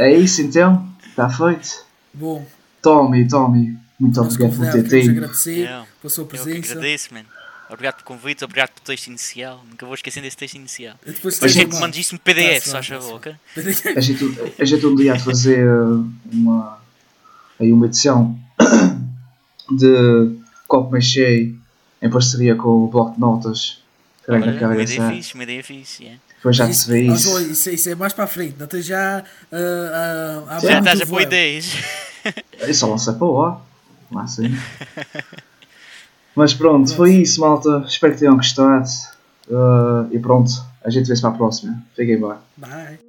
Speaker 1: É isso então, está feito.
Speaker 2: Bom,
Speaker 1: Tommy, Tommy, muito
Speaker 2: nosso
Speaker 1: obrigado por
Speaker 2: convidado,
Speaker 1: ter
Speaker 2: queremos
Speaker 1: tido.
Speaker 2: agradecer
Speaker 3: Yeah.
Speaker 2: pela sua
Speaker 3: Eu que
Speaker 2: presença.
Speaker 3: agradeço, mano. Obrigado pelo convite, obrigado pelo texto inicial. Nunca vou esquecer desse texto inicial.
Speaker 2: Eu depois
Speaker 3: Depois
Speaker 2: tenho
Speaker 3: gente
Speaker 2: uma-
Speaker 3: manda isto um PDF,
Speaker 2: Tá-se
Speaker 3: só
Speaker 2: bem,
Speaker 3: acha
Speaker 2: tá-se
Speaker 3: boca.
Speaker 1: A gente, a gente um dia a fazer uh, uma, aí uma edição de Copo Mexei em parceria com o Bloco de Notas. Caralho, na
Speaker 3: Olha, Uma ideia
Speaker 1: cabeça.
Speaker 3: fixe, uma ideia fixe. é. yeah.
Speaker 1: Depois já se vê
Speaker 2: Mas,
Speaker 1: isso.
Speaker 2: olha, isso, isso é mais para a frente. Não tem já ah, ah, a abrir
Speaker 3: Já estás
Speaker 2: o
Speaker 3: a pôr
Speaker 2: voeiro.
Speaker 3: ideias.
Speaker 1: É só lançar para o ar. Lá assim. Mas pronto, foi isso, malta. Espero que tenham gostado. Uh, e pronto, a gente vê-se para a próxima. Fiquem bem.
Speaker 2: Bye.